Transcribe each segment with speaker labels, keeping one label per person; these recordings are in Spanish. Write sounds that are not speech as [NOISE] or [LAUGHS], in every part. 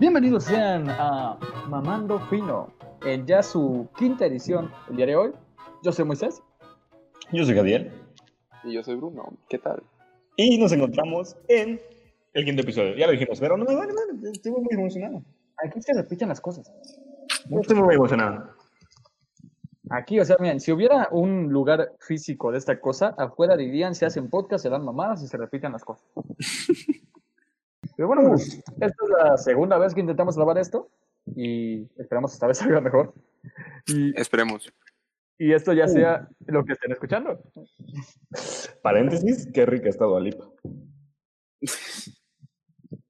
Speaker 1: Bienvenidos sean a Mamando Fino, en ya su quinta edición el día de hoy. Yo soy Moisés
Speaker 2: Yo soy Gabriel
Speaker 3: Y yo soy Bruno. ¿Qué tal?
Speaker 2: y nos encontramos en el quinto episodio. Ya lo dijimos, pero no me vale, vale, estoy muy emocionado.
Speaker 1: Aquí se repiten las cosas.
Speaker 2: Estoy muy emocionado.
Speaker 1: Aquí, o sea, miren, si hubiera un lugar físico de esta cosa, afuera dirían, se hacen podcasts, se dan mamadas y se repiten las [LAUGHS] cosas. Pero bueno, pues, esta es la segunda vez que intentamos grabar esto y esperamos esta vez salga mejor. Y,
Speaker 3: Esperemos.
Speaker 1: y esto ya sea lo que estén escuchando.
Speaker 2: Paréntesis, qué rica está Dualipa.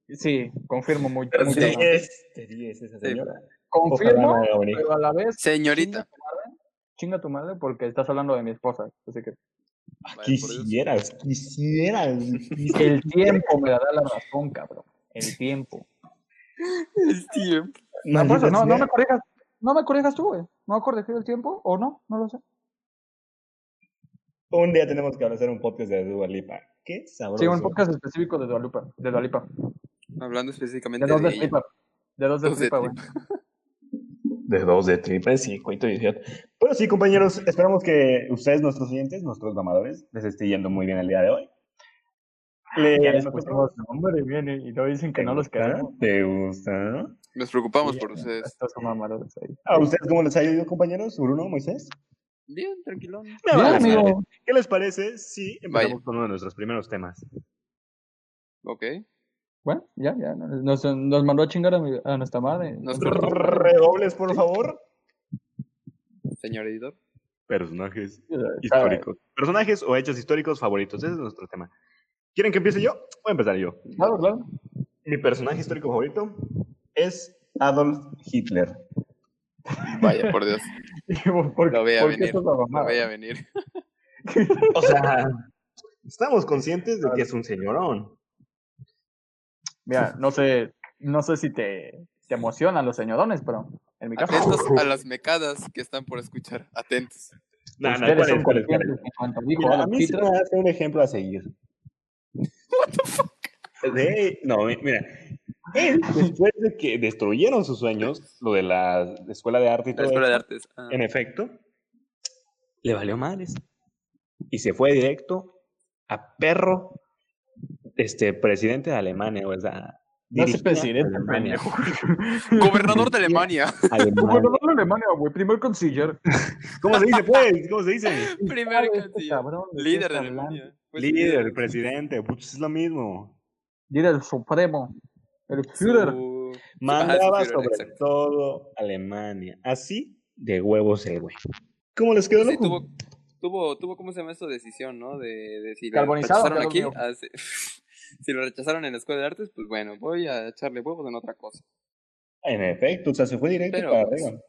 Speaker 1: Sí, confirmo muy,
Speaker 3: Pero
Speaker 1: muy
Speaker 3: sí.
Speaker 1: cabrón.
Speaker 2: Este 10, esa señora.
Speaker 1: Confirmo,
Speaker 2: Ojalá no haga venir.
Speaker 1: pero a la vez
Speaker 3: Señorita.
Speaker 1: Chinga tu madre, chinga tu madre porque estás hablando de mi esposa. Así que
Speaker 3: Vaya, por Dios.
Speaker 2: Quisieras, quisieras. quisieras.
Speaker 1: el tiempo me dará la razón, cabrón. El tiempo.
Speaker 3: Es tiempo.
Speaker 1: [LAUGHS] No, por eso,
Speaker 2: Maldita
Speaker 1: no, no
Speaker 2: sea.
Speaker 1: me corrijas. No me corrijas tú, güey. ¿No me corregí el tiempo o no? No lo sé.
Speaker 2: Un día tenemos que hacer un podcast de Dualipa. Qué sabroso.
Speaker 1: Sí, un podcast específico de Dualipa. De Dualipa.
Speaker 3: Hablando
Speaker 1: De
Speaker 3: específicamente de,
Speaker 1: dos de
Speaker 3: ella.
Speaker 1: flipa. De dos de
Speaker 3: Dos de
Speaker 1: flipa, güey.
Speaker 2: De dos, de triple, cinco y todo idiota. Pero sí, compañeros, esperamos que ustedes, nuestros oyentes, nuestros mamadores, les esté yendo muy bien el día de hoy. Le-
Speaker 1: Ah, Ya les
Speaker 2: nosotros-
Speaker 1: pusimos nombre, viene, y no dicen que no los
Speaker 2: ¿Te gusta?
Speaker 1: queremos.
Speaker 2: ¿Te gusta?
Speaker 3: Nos preocupamos
Speaker 2: Sí,
Speaker 3: por ustedes.
Speaker 1: Estos son mamadores ahí.
Speaker 2: ¿A ustedes cómo les ha ido, compañeros? Bruno, Moisés.
Speaker 3: Bien, tranquilón.
Speaker 2: Me
Speaker 1: Bien,
Speaker 2: vale
Speaker 1: amigo.
Speaker 2: madre. ¿Qué les parece si empezamos
Speaker 3: Vaya.
Speaker 2: con uno de nuestros primeros temas?
Speaker 3: Ok.
Speaker 1: Bueno, ya, ya. Nos, nos mandó a chingar a, mi- a nuestra madre. [LAUGHS]
Speaker 3: Nuestro
Speaker 2: Redobles, por favor.
Speaker 3: señor editor.
Speaker 2: Personajes
Speaker 1: Sabe.
Speaker 2: históricos. Personajes o hechos históricos favoritos. Ese es nuestro tema. ¿Quieren que empiece yo? Voy a empezar yo.
Speaker 1: Claro, claro.
Speaker 2: Mi personaje histórico favorito es Adolf Hitler.
Speaker 3: Vaya, por Dios.
Speaker 1: ¿Por, por,
Speaker 3: Lo veía
Speaker 1: por qué
Speaker 3: venir.
Speaker 1: esto es la
Speaker 3: No
Speaker 2: Ah.
Speaker 1: mamada?
Speaker 3: vaya a venir.
Speaker 2: O sea, estamos conscientes de que es un señorón.
Speaker 1: Mira, no sé, no sé si te, te emocionan los señorones, pero en mi caso,
Speaker 3: Atentos a las mecadas que están por escuchar. Atentos.
Speaker 2: [LAUGHS] Nah, nah,
Speaker 1: ustedes son
Speaker 2: ¿cuál es? ¿Cuál es? ¿Cuál es?
Speaker 1: conscientes que cuando dijo
Speaker 2: Mira, a
Speaker 1: Adolf
Speaker 2: mí se me
Speaker 1: Hitler,
Speaker 2: hace un ejemplo a seguir. What the fuck? no, mi- mira. Él, después de que destruyeron sus sueños, lo de la escuela de arte y
Speaker 3: La
Speaker 2: todo
Speaker 3: escuela de
Speaker 2: eso,
Speaker 3: artes. Ah,
Speaker 2: en efecto, le valió madres. Y se fue directo a perro este presidente de Alemania, o sea,
Speaker 1: No es
Speaker 2: dirigía
Speaker 1: presidente,
Speaker 2: Alemania.
Speaker 3: Gobernador de Alemania.
Speaker 2: [LAUGHS] Alemania.
Speaker 1: Gobernador de Alemania, güey, primer
Speaker 3: [LAUGHS]
Speaker 1: canciller.
Speaker 2: ¿Cómo se dice, pues? ¿Cómo se dice?
Speaker 3: Primer
Speaker 1: Este
Speaker 3: canciller.
Speaker 1: cabrón, ¿de qué
Speaker 3: Líder de
Speaker 1: está hablando?
Speaker 3: Alemania. Pues,
Speaker 2: Líder, presidente, pues, es lo mismo.
Speaker 1: Líder supremo. El
Speaker 3: su-
Speaker 1: Führer.
Speaker 2: Mandaba
Speaker 3: Ah, sí, pero
Speaker 2: sobre
Speaker 3: exacto.
Speaker 2: todo Alemania. Así de huevos el güey. ¿Cómo les quedó
Speaker 3: Sí,
Speaker 2: loco?
Speaker 3: tuvo, tuvo, tuvo, ¿cómo se llama esto? Decisión, ¿no? De, de si lo
Speaker 1: Carbonizado,
Speaker 3: rechazaron aquí,
Speaker 1: Carlos
Speaker 3: ah, sí. [LAUGHS] si lo rechazaron en la escuela de artes, pues bueno, voy a echarle huevos en otra cosa.
Speaker 2: En efecto, o sea, se fue directo
Speaker 3: Pero,
Speaker 2: para
Speaker 3: pues,
Speaker 2: arriba.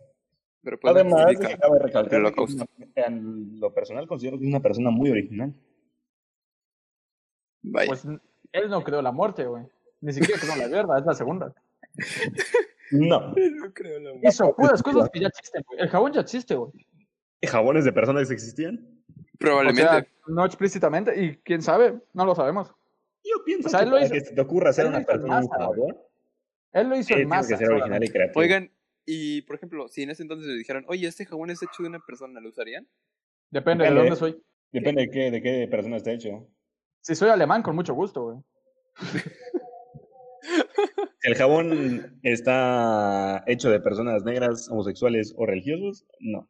Speaker 3: Pero pues no
Speaker 2: Además,
Speaker 1: [LAUGHS]
Speaker 3: justifica.
Speaker 2: acaba de recalcar
Speaker 3: Pero lo
Speaker 2: que es una- en lo personal considero que es una persona muy original.
Speaker 3: Vaya, [LAUGHS]
Speaker 1: Pues él no creó la muerte, güey. Ni siquiera creó la guerra, es la
Speaker 2: [LAUGHS]
Speaker 1: segunda.
Speaker 2: No,
Speaker 3: no creo la verdad.
Speaker 1: Hizo puras cosas que ya existen, güey. El jabón ya existe, güey.
Speaker 2: jabones de personas que existían.
Speaker 1: O
Speaker 3: Probablemente.
Speaker 1: sea, no explícitamente, y quién sabe, no lo sabemos.
Speaker 2: Yo pienso
Speaker 1: O sea,
Speaker 2: que,
Speaker 1: él lo
Speaker 2: para
Speaker 1: hizo-
Speaker 2: que se te ocurra hacer
Speaker 1: él lo
Speaker 2: una
Speaker 1: hizo en
Speaker 2: persona un
Speaker 1: masa, güey.
Speaker 2: jabón,
Speaker 1: Él lo hizo
Speaker 2: eh,
Speaker 1: en
Speaker 2: tienes
Speaker 1: masa.
Speaker 2: que ser original y creativo.
Speaker 3: Oigan, y por ejemplo, si en ese entonces le dijeran, oye, este jabón es hecho de una persona, ¿lo usarían? [LAUGHS]
Speaker 1: Depende de
Speaker 2: Depende.
Speaker 1: dónde soy.
Speaker 2: Depende de qué, de qué persona esté hecho.
Speaker 1: Si soy alemán, con mucho gusto, güey.
Speaker 2: Si el jabón está hecho de personas negras, homosexuales o religiosos, no.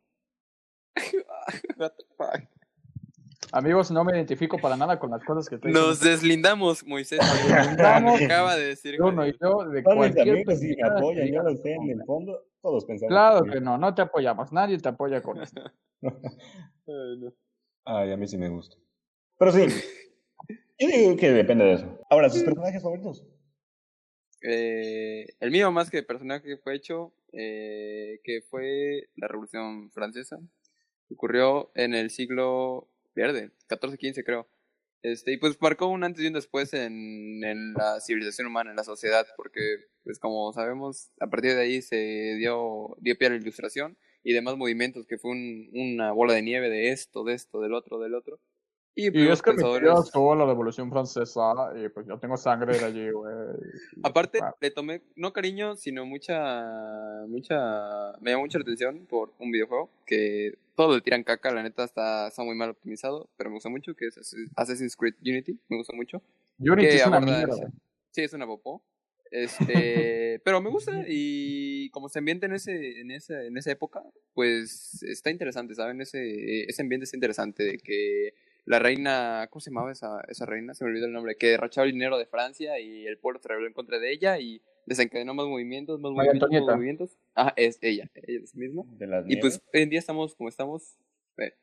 Speaker 3: What the fuck?
Speaker 1: Amigos, no me identifico para nada con las cosas que estoy
Speaker 3: Nos deslindamos,
Speaker 1: [LAUGHS]
Speaker 3: Moisés.
Speaker 1: Pues, deslindamos.
Speaker 3: Acaba de decir.
Speaker 1: Bruno y yo de
Speaker 2: Todos mis
Speaker 1: cualquier
Speaker 2: amigos sí me
Speaker 1: pendejada que
Speaker 2: apoyan, yo
Speaker 1: digas.
Speaker 2: lo sé, en el fondo todos
Speaker 1: [LAUGHS]
Speaker 2: pensamos.
Speaker 1: Claro
Speaker 2: igual.
Speaker 1: que no, no te apoyamos, nadie te apoya con
Speaker 3: [LAUGHS]
Speaker 1: esto.
Speaker 3: Ay, no.
Speaker 2: Ay, a mí sí me gusta. Pero [LAUGHS] sí, yo digo que depende de eso. Ahora, ¿sus personajes favoritos?
Speaker 3: Eh, el mío más que personaje que fue hecho, eh, que fue la Revolución Francesa, ocurrió en el siglo verde, 14-15 creo. Este, y pues marcó un antes y un después en, en la civilización humana, en la sociedad, porque pues como sabemos, a partir de ahí se dio, dio pie a la ilustración y demás movimientos, que fue un- una bola de nieve de esto, de esto, del otro, del otro. Y,
Speaker 1: Y
Speaker 3: primeros
Speaker 1: es que mi
Speaker 3: pensadores.
Speaker 1: tía estuvo en la Revolución Francesa y pues yo tengo sangre de allí, güey.
Speaker 3: Aparte,
Speaker 1: Claro.
Speaker 3: le tomé, no cariño, sino mucha, mucha, me llamó mucha la atención por un videojuego que todos le tiran caca, la neta está, está muy mal optimizado, pero me gusta mucho, que es Assass- Assassin's Creed Unity, me gusta mucho.
Speaker 1: Unity
Speaker 3: que
Speaker 1: es una
Speaker 3: aborda
Speaker 1: mierda.
Speaker 3: ese- Sí, es
Speaker 1: [LAUGHS]
Speaker 3: una popó. Este, pero me gusta y como se ambienta en ese, en esa, en esa época, pues está interesante, ¿saben? Ese, ese ambiente está interesante de que la reina, ¿cómo se llamaba esa, esa reina? Se me olvidó el nombre, que derrochaba el dinero de Francia y el pueblo se rebeló en contra de ella y desencadenó más movimientos, más
Speaker 1: María
Speaker 3: movimientos, más
Speaker 1: Antonieta.
Speaker 3: movimientos. Ah, es ella, ella es misma.
Speaker 2: De las
Speaker 3: Y pues hoy en día estamos como estamos. Eh,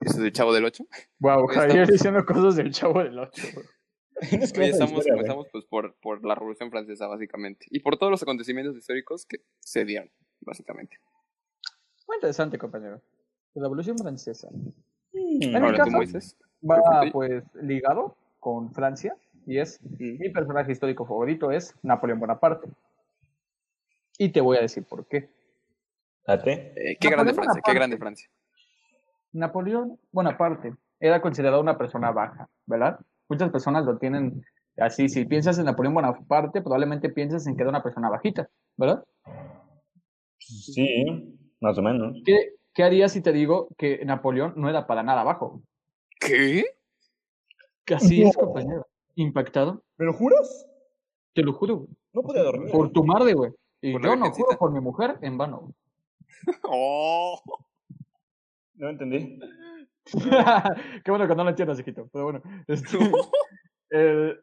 Speaker 3: eso es el chavo del 8.
Speaker 1: Wow,
Speaker 3: Hoy
Speaker 1: Javier
Speaker 3: estamos-
Speaker 1: diciendo cosas del chavo del 8.
Speaker 2: nieves. [LAUGHS] Es que
Speaker 3: Hoy
Speaker 2: esa
Speaker 3: estamos,
Speaker 2: historia,
Speaker 3: como
Speaker 2: güey.
Speaker 3: estamos, pues, por, por la Revolución Francesa, básicamente. Y por todos los acontecimientos históricos que se dieron, básicamente.
Speaker 1: Muy interesante, compañero. La Revolución Francesa.
Speaker 2: Mm,
Speaker 1: En mi
Speaker 3: Ahora
Speaker 2: ahora
Speaker 3: tú,
Speaker 1: caso-
Speaker 3: Moisés.
Speaker 1: Va
Speaker 3: Perfecto.
Speaker 1: pues ligado con Francia y es
Speaker 3: Mm.
Speaker 1: mi personaje histórico favorito es Napoleón Bonaparte. Y te voy a decir por qué.
Speaker 2: Date.
Speaker 3: Eh, qué
Speaker 1: Napoleón
Speaker 3: grande Francia, qué
Speaker 1: Bonaparte.
Speaker 3: grande Francia.
Speaker 1: Napoleón Bonaparte era considerado una persona baja, ¿verdad? Muchas personas lo tienen así. Si piensas en Napoleón Bonaparte, probablemente pienses en que era una persona bajita, ¿verdad?
Speaker 2: Sí, más o menos.
Speaker 1: ¿Qué, qué harías si te digo que Napoleón no era para nada bajo?
Speaker 3: ¿Qué?
Speaker 1: Casi es,
Speaker 2: No.
Speaker 1: compañero. Impactado.
Speaker 2: ¿Me lo juras?
Speaker 1: Te lo juro, güey.
Speaker 2: No podía dormir.
Speaker 1: Por
Speaker 2: [LAUGHS]
Speaker 1: tu madre, güey. Y
Speaker 3: Por la
Speaker 1: yo no
Speaker 3: virgencita.
Speaker 1: juro por mi mujer en vano. güey.
Speaker 3: Oh.
Speaker 2: No entendí.
Speaker 1: [LAUGHS] Qué bueno que no lo entiendas, hijito. Pero bueno. este, eh,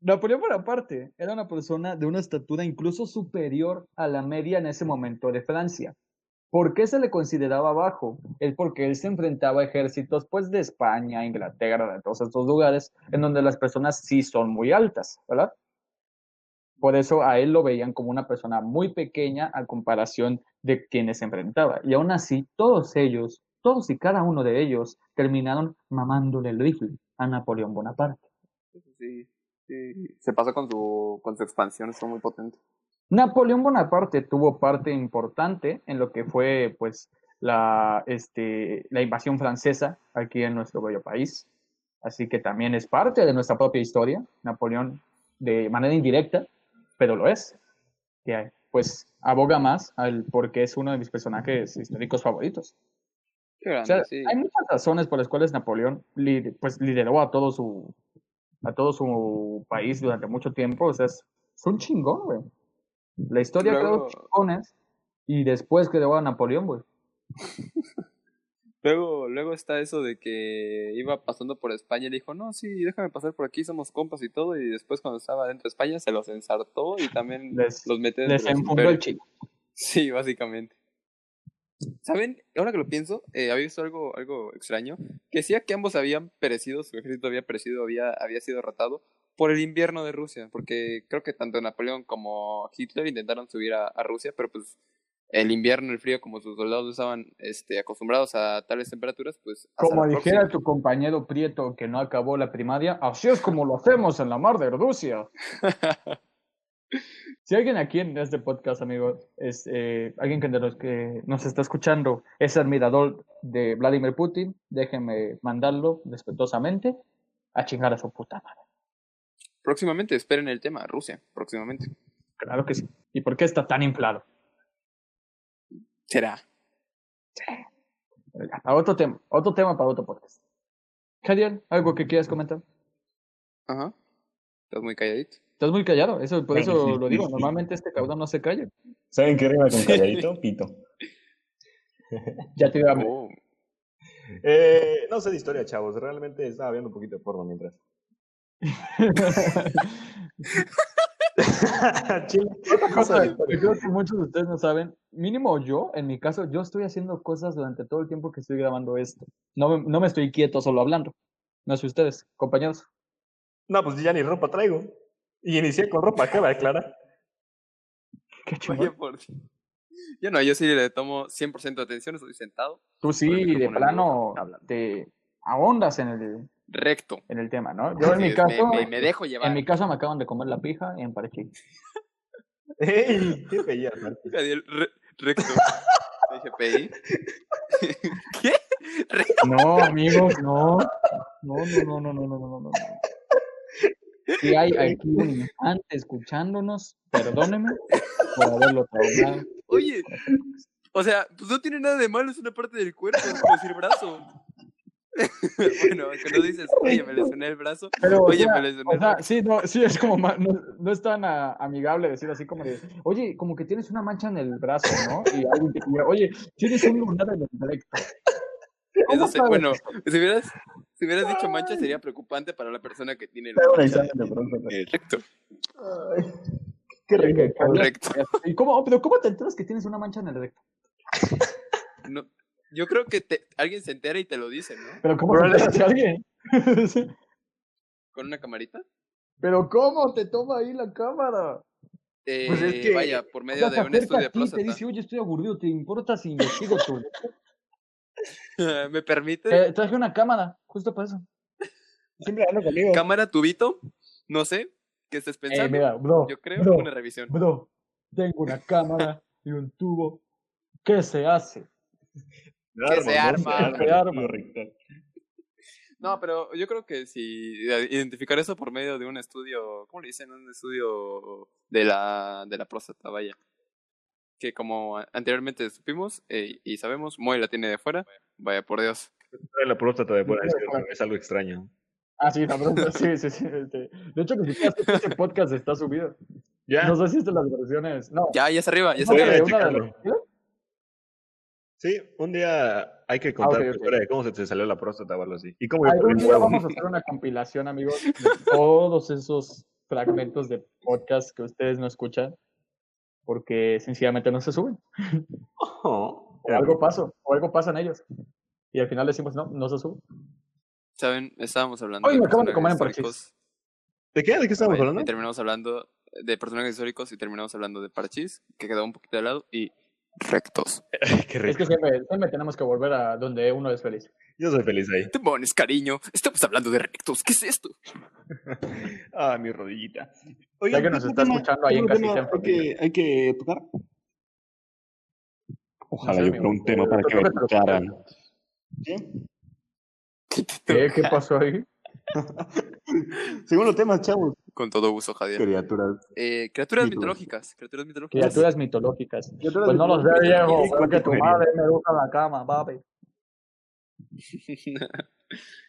Speaker 1: Napoleón Bonaparte era una persona de una estatura incluso superior a la media en ese momento de Francia. ¿Por qué se le consideraba bajo? Es porque él se enfrentaba a ejércitos pues de España, Inglaterra, de todos estos lugares, en donde las personas sí son muy altas, ¿verdad? Por eso a él lo veían como una persona muy pequeña a comparación de quienes se enfrentaba. Y aún así, todos ellos, todos y cada uno de ellos, terminaron mamándole el rifle a Napoleón Bonaparte.
Speaker 3: Sí, sí. Se pasó con su, con su expansión, estuvo muy potente.
Speaker 1: Napoleón Bonaparte tuvo parte importante en lo que fue pues la, este, la invasión francesa aquí en nuestro bello país. Así que también es parte de nuestra propia historia, Napoleón, de manera indirecta, pero lo es. Que pues aboga más al porque es uno de mis personajes históricos favoritos.
Speaker 3: Qué
Speaker 1: O
Speaker 3: grande,
Speaker 1: sea,
Speaker 3: sí.
Speaker 1: hay muchas razones por las cuales Napoleón lid- pues, lideró a todo su a todo su país durante mucho tiempo. O sea, es, es un chingón, güey. La historia creó
Speaker 3: Luego-
Speaker 1: chingones y después creó a Napoleón, güey.
Speaker 3: Luego, luego está eso de que iba pasando por España y le dijo, no, sí, déjame pasar por aquí, somos compas y todo. Y después cuando estaba dentro de España se los ensartó y también
Speaker 1: Les-
Speaker 3: los metió dentro
Speaker 1: Les
Speaker 3: de su
Speaker 1: enfundó el
Speaker 3: imperio.
Speaker 1: chico.
Speaker 3: Sí, básicamente. ¿Saben? Ahora que lo pienso, eh, había visto algo, algo extraño, que decía que ambos habían perecido, su ejército había perecido, había, había sido ratado por el invierno de Rusia, porque creo que tanto Napoleón como Hitler intentaron subir a, a Rusia, pero pues el invierno, el frío, como sus soldados estaban este, acostumbrados a tales temperaturas, pues... hasta
Speaker 1: Como
Speaker 3: la
Speaker 1: dijera
Speaker 3: próxima.
Speaker 1: tu compañero Prieto que no acabó la primaria, así es como lo hacemos en la mar de Rusia. Si alguien aquí en este podcast, amigos, es eh, alguien que, de los que nos está escuchando es admirador de Vladimir Putin, déjenme mandarlo respetuosamente a chingar a su puta madre.
Speaker 3: Próximamente, esperen el tema, Rusia, próximamente.
Speaker 1: Claro que sí. ¿Y por qué está tan inflado?
Speaker 3: Será.
Speaker 1: Pero ya, A otro tema, otro tema para otro podcast. Javier, ¿algo que quieras comentar?
Speaker 3: Ajá. Estás muy calladito.
Speaker 1: Estás muy callado, eso, por
Speaker 2: Sí,
Speaker 1: eso
Speaker 2: sí,
Speaker 1: lo
Speaker 2: sí,
Speaker 1: digo.
Speaker 2: sí.
Speaker 1: Normalmente este caudal no se calla.
Speaker 2: ¿Saben qué rima con [LAUGHS] calladito? Pito.
Speaker 1: Ya te iba a
Speaker 3: Oh.
Speaker 2: Eh, no sé de historia, chavos. Realmente estaba viendo un poquito de porno [LAUGHS] mientras. Chile.
Speaker 1: Otra cosa
Speaker 2: Cosa de
Speaker 1: que creo que muchos de ustedes no saben, mínimo yo, en mi caso, yo estoy haciendo cosas durante todo el tiempo que estoy grabando esto. No me, no me estoy quieto solo hablando. No sé ustedes, compañeros.
Speaker 2: No, pues yo ya ni ropa traigo. Y inicié con ropa, acaba de aclarar.
Speaker 1: Qué
Speaker 3: Vaya por Dios. Yo no, yo sí le tomo 100% de atención, estoy sentado,
Speaker 1: Tú
Speaker 3: Con
Speaker 1: sí, de
Speaker 3: el micrófono en vivo,
Speaker 1: plano,
Speaker 3: hablando.
Speaker 1: te ahondas en el,
Speaker 3: recto.
Speaker 1: en el tema, ¿no? Yo en
Speaker 3: Así
Speaker 1: mi
Speaker 3: es, me-
Speaker 1: caso,
Speaker 3: me, me dejo llevar.
Speaker 1: en mi caso me acaban de comer la pija en Parchí.
Speaker 2: ¡Ey! ¡Qué bella!
Speaker 3: Gabriel, re-
Speaker 1: [LAUGHS]
Speaker 3: recto. Dije, pedí. ¿Qué?
Speaker 1: No, amigos, no. No, no, no, no, no, no, no, no. no. Si hay aquí un infante escuchándonos, perdóneme por haberlo traumado.
Speaker 3: Oye, o sea, pues no tiene nada de malo, es una parte del cuerpo, es como decir brazo. [LAUGHS] bueno, que no dices, oye, me lesioné el brazo.
Speaker 1: Pero, o
Speaker 3: oye,
Speaker 1: sea,
Speaker 3: me lesioné
Speaker 1: O
Speaker 3: el
Speaker 1: sea,
Speaker 3: brazo.
Speaker 1: sí, no, sí, es como, ma- no, no es tan ah, amigable decir así como de, oye, como que tienes una mancha en el brazo, ¿no? Y alguien te diga, oye, tienes un lunar en el recto. ¿Cómo
Speaker 3: Eso se-
Speaker 1: sabes?
Speaker 3: bueno, si hubieras, si hubieras dicho mancha sería preocupante para la persona que tiene el
Speaker 2: Te hago un
Speaker 3: mancha
Speaker 2: examen de próstata.
Speaker 3: en el recto.
Speaker 2: Ay, Qué rico. cabrón.
Speaker 3: Recto.
Speaker 1: ¿Y cómo, oh, pero cómo te enteras que tienes una mancha en el recto?
Speaker 3: No, yo creo que te- alguien se entera y te lo dice, ¿no?
Speaker 1: Pero cómo te enteras de alguien. [LAUGHS] Sí.
Speaker 3: Con una camarita.
Speaker 1: Pero cómo te toma ahí la cámara.
Speaker 3: Eh,
Speaker 2: Pues es que-
Speaker 3: Vaya, por
Speaker 1: O
Speaker 3: medio
Speaker 1: sea, se
Speaker 3: de un
Speaker 1: acerca
Speaker 3: estudio
Speaker 1: a ti y
Speaker 3: de
Speaker 1: te
Speaker 3: próstata.
Speaker 1: dice, oye, estoy aburrido, ¿te importa
Speaker 3: [LAUGHS]
Speaker 1: si investigo tú?
Speaker 3: ¿Me permite?
Speaker 1: Eh, traje una cámara, justo para eso.
Speaker 2: Siempre hablo conmigo.
Speaker 3: ¿Cámara, tubito? No sé. ¿Qué estés
Speaker 1: Eh,
Speaker 3: pensando?
Speaker 1: mira, bro,
Speaker 3: yo creo
Speaker 1: bro,
Speaker 3: una revisión.
Speaker 1: bro, tengo una cámara y un tubo. ¿Qué se hace?
Speaker 3: que se arma.
Speaker 1: Se arma.
Speaker 2: Correcto.
Speaker 3: No, pero yo creo que si eh, identificar eso por medio de un estudio, ¿cómo le dicen? Un estudio de la, de la próstata, vaya. Que como a- anteriormente supimos eh, y sabemos, Moy la tiene de fuera. Vaya, por Dios.
Speaker 2: Trae La próstata de fuera,
Speaker 1: Sí,
Speaker 2: es,
Speaker 1: de fuera.
Speaker 2: que es algo extraño.
Speaker 1: Ah, sí, la pregunta, sí, sí, sí. este, De hecho, que si te das cuenta, este podcast está subido.
Speaker 2: Ya,
Speaker 1: No sé si es de las versiones. No,
Speaker 3: Ya, ya está arriba, ya está
Speaker 1: una
Speaker 2: voy
Speaker 1: de,
Speaker 2: a
Speaker 3: arriba.
Speaker 1: una de
Speaker 2: checarlo. sí, un día hay que contar
Speaker 1: ok,
Speaker 2: tu
Speaker 1: ok.
Speaker 2: historia de cómo se te salió la próstata o algo así. Y cómo yo perdí
Speaker 1: Algún
Speaker 2: un
Speaker 1: día
Speaker 2: [LAUGHS] huevo.
Speaker 1: vamos a hacer una compilación, amigos, de todos esos fragmentos de podcast que ustedes no escuchan porque sencillamente no se suben.
Speaker 2: Oh,
Speaker 1: O algo pasó, o algo pasa en ellos. Y al final decimos, no, no se suben.
Speaker 3: Saben, estábamos hablando
Speaker 1: Hoy
Speaker 3: de
Speaker 1: me acaban de
Speaker 3: personajes
Speaker 1: comer en parches.
Speaker 3: históricos.
Speaker 2: ¿De qué? ¿De qué estamos
Speaker 3: Vaya,
Speaker 2: hablando?
Speaker 3: [LAUGHS] Y terminamos hablando de personajes históricos y terminamos hablando de parchís, que quedó un poquito de lado, y rectos.
Speaker 2: Qué
Speaker 1: Es
Speaker 2: rico.
Speaker 1: que siempre, siempre tenemos que volver a donde uno es [LAUGHS] feliz.
Speaker 2: Yo soy feliz ahí.
Speaker 3: Te pones, cariño. Estamos hablando de rectos. ¿Qué es esto?
Speaker 2: Ah, mi rodillita.
Speaker 1: Ya que nos está escuchando ahí en casita. en familia.
Speaker 2: hay que tocar. Ojalá
Speaker 1: No sé,
Speaker 2: yo
Speaker 1: mi
Speaker 2: fuera un
Speaker 1: amor,
Speaker 2: tema
Speaker 1: pero
Speaker 2: para que me
Speaker 1: creo que lo
Speaker 2: escucharan. ¿Sí?
Speaker 1: ¿Qué, ¿Qué pasó ahí?
Speaker 2: Segundo tema, chavos.
Speaker 3: [LAUGHS] Con todo gusto, Javier.
Speaker 2: Criaturas.
Speaker 3: Eh, criaturas
Speaker 2: Mitos.
Speaker 3: mitológicas. Criaturas mitológicas.
Speaker 1: Criaturas mitológicas. Pues no lo sé, viejo. Creo que tu madre me busca la cama, papi.
Speaker 3: sí,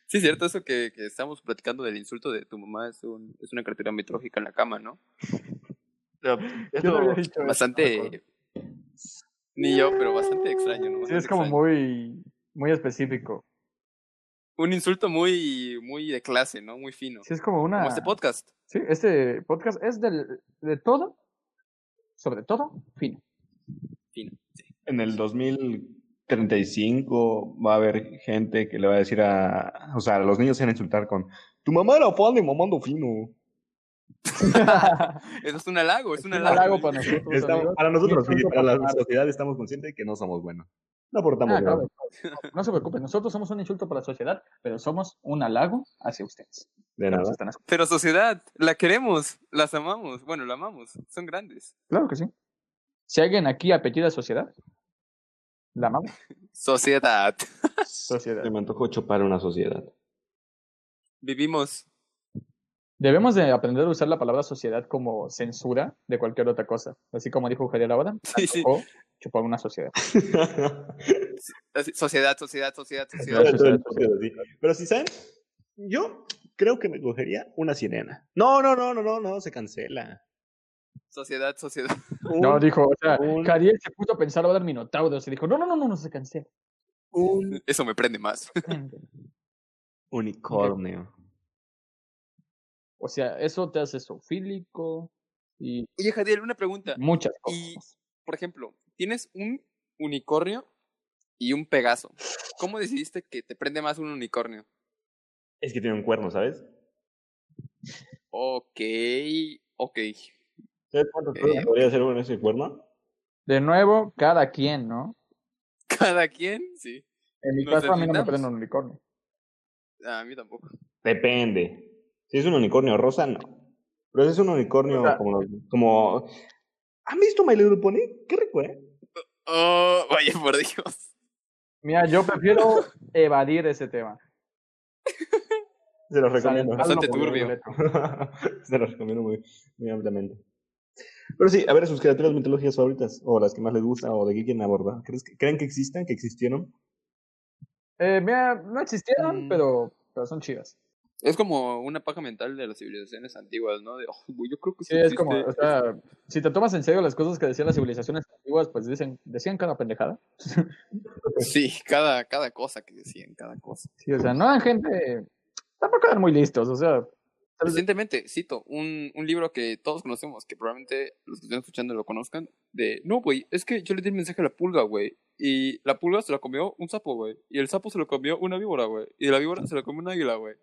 Speaker 3: es cierto eso que, que estamos platicando del insulto de tu mamá. Es, un, es una criatura mitológica en la cama, ¿no?
Speaker 1: Yo
Speaker 3: Es
Speaker 1: no había
Speaker 3: lo
Speaker 1: dicho eso, no me
Speaker 3: bastante... Ni yo, pero bastante extraño, ¿no?
Speaker 1: Sí,
Speaker 3: Bastante
Speaker 1: es como
Speaker 3: extraño.
Speaker 1: muy, muy específico.
Speaker 3: Un insulto muy, muy de clase, ¿no? Muy fino.
Speaker 1: Sí, es como una...
Speaker 3: Como este podcast.
Speaker 1: Sí, este podcast es del, de todo, sobre todo,
Speaker 2: [LAUGHS]
Speaker 1: fino.
Speaker 3: Fino. sí.
Speaker 2: En el 2035 va a haber gente que le va a decir a. O sea, a los niños se van a insultar con. Tu mamá era fan de mamando fino.
Speaker 3: Eso es un halago, es un
Speaker 1: Un
Speaker 3: halago.
Speaker 1: halago
Speaker 3: [LAUGHS]
Speaker 1: para nosotros.
Speaker 2: Estamos-
Speaker 1: amigos.
Speaker 2: para nosotros,
Speaker 1: Y
Speaker 2: sí,
Speaker 1: insulto
Speaker 2: para la
Speaker 1: para-
Speaker 2: sociedad estamos conscientes de que no somos buenos. No
Speaker 1: Ah,
Speaker 2: aportamos nada.
Speaker 1: claro, claro. No, no se preocupen, nosotros somos un insulto para la sociedad, pero somos un halago hacia ustedes.
Speaker 2: de
Speaker 1: que nos
Speaker 2: nada.
Speaker 1: están escuchando.
Speaker 3: Pero sociedad, la queremos, las amamos. Bueno, la amamos, son grandes.
Speaker 1: Claro que sí. Si alguien aquí apellida sociedad, la amamos.
Speaker 3: Sociedad.
Speaker 1: Sociedad.
Speaker 2: Se me antojó chopar una sociedad. [LAUGHS]
Speaker 3: Vivimos.
Speaker 1: Debemos de aprender a usar la palabra sociedad como censura de cualquier otra cosa. Así como dijo Javier ahora,
Speaker 3: Sí, sí.
Speaker 1: o chupar una sociedad.
Speaker 3: Así, Sociedad, sociedad, sociedad,
Speaker 2: Todo
Speaker 3: sociedad.
Speaker 1: Gracias.
Speaker 2: el- todo el podcast así. Pero si saben, yo creo que me cogería una sirena. No, no, no, no, no, no, se cancela.
Speaker 3: Sociedad, sociedad. [LAUGHS]
Speaker 2: Un,
Speaker 1: No, dijo, o sea,
Speaker 2: un-
Speaker 1: Javier se puso a pensar ahora en Minotauro. Se dijo, no, no, no, no, no se cancela.
Speaker 2: un
Speaker 3: Eso me prende más. [LAUGHS]
Speaker 2: unicornio.
Speaker 1: [LAUGHS] O sea, eso te hace zoofílico y
Speaker 3: Oye, Jadiel, una pregunta.
Speaker 1: muchas cosas.
Speaker 3: Y, por ejemplo, tienes un unicornio y un pegaso. ¿Cómo decidiste que te prende más un unicornio?
Speaker 2: Es que tiene un cuerno, ¿sabes?
Speaker 3: Ok, ok. [LAUGHS]
Speaker 2: ¿Sabes cuánto
Speaker 3: Eh,
Speaker 2: podría hacer con ese cuerno?
Speaker 1: De nuevo, cada quien, ¿no?
Speaker 3: ¿Cada quien? Sí.
Speaker 1: En mi
Speaker 3: Nos
Speaker 1: caso, a mí no me
Speaker 3: deslindamos.
Speaker 1: prenden un unicornio.
Speaker 3: Ah, A mí tampoco.
Speaker 2: Depende. Si es un unicornio rosa, no. Pero si es un unicornio
Speaker 1: O sea-
Speaker 2: como, los- como. ¿Han visto My Little Pony? Qué rico, ¿eh?
Speaker 3: Oh, [LAUGHS] vaya por Dios. [LAUGHS]
Speaker 1: Mira, yo prefiero evadir ese tema.
Speaker 2: Se los recomiendo.
Speaker 3: Bastante turbio.
Speaker 2: [LAUGHS] Se los recomiendo muy, muy ampliamente. Pero sí, a ver, sus criaturas mitológicas favoritas, o las que más les gustan, o de qué quieren abordar. ¿Crees que- ¿Creen que existan, que existieron?
Speaker 1: Eh, mira, no existieron,
Speaker 3: Mm.
Speaker 1: pero, pero son chidas.
Speaker 3: Es como una paja mental de las civilizaciones antiguas, ¿no? De, "Oh, güey, yo creo que sí,
Speaker 1: Sí, es
Speaker 3: existe
Speaker 1: como, o
Speaker 3: esto".
Speaker 1: sea, si te tomas en serio las cosas que decían las civilizaciones antiguas, pues dicen, decían cada pendejada. pues.
Speaker 3: Sí, cada, cada cosa que decían, cada cosa.
Speaker 1: Sí, o sea, no eran gente, tampoco eran muy listos, o sea, Tal vez-
Speaker 3: Recientemente, cito, un, un libro que todos conocemos, que probablemente los que estén escuchando lo conozcan, de, no, güey, es que yo le di el mensaje a la pulga, güey, y la pulga se la comió un sapo, güey, y el sapo se lo comió una víbora, güey, y la víbora se la comió un águila, güey,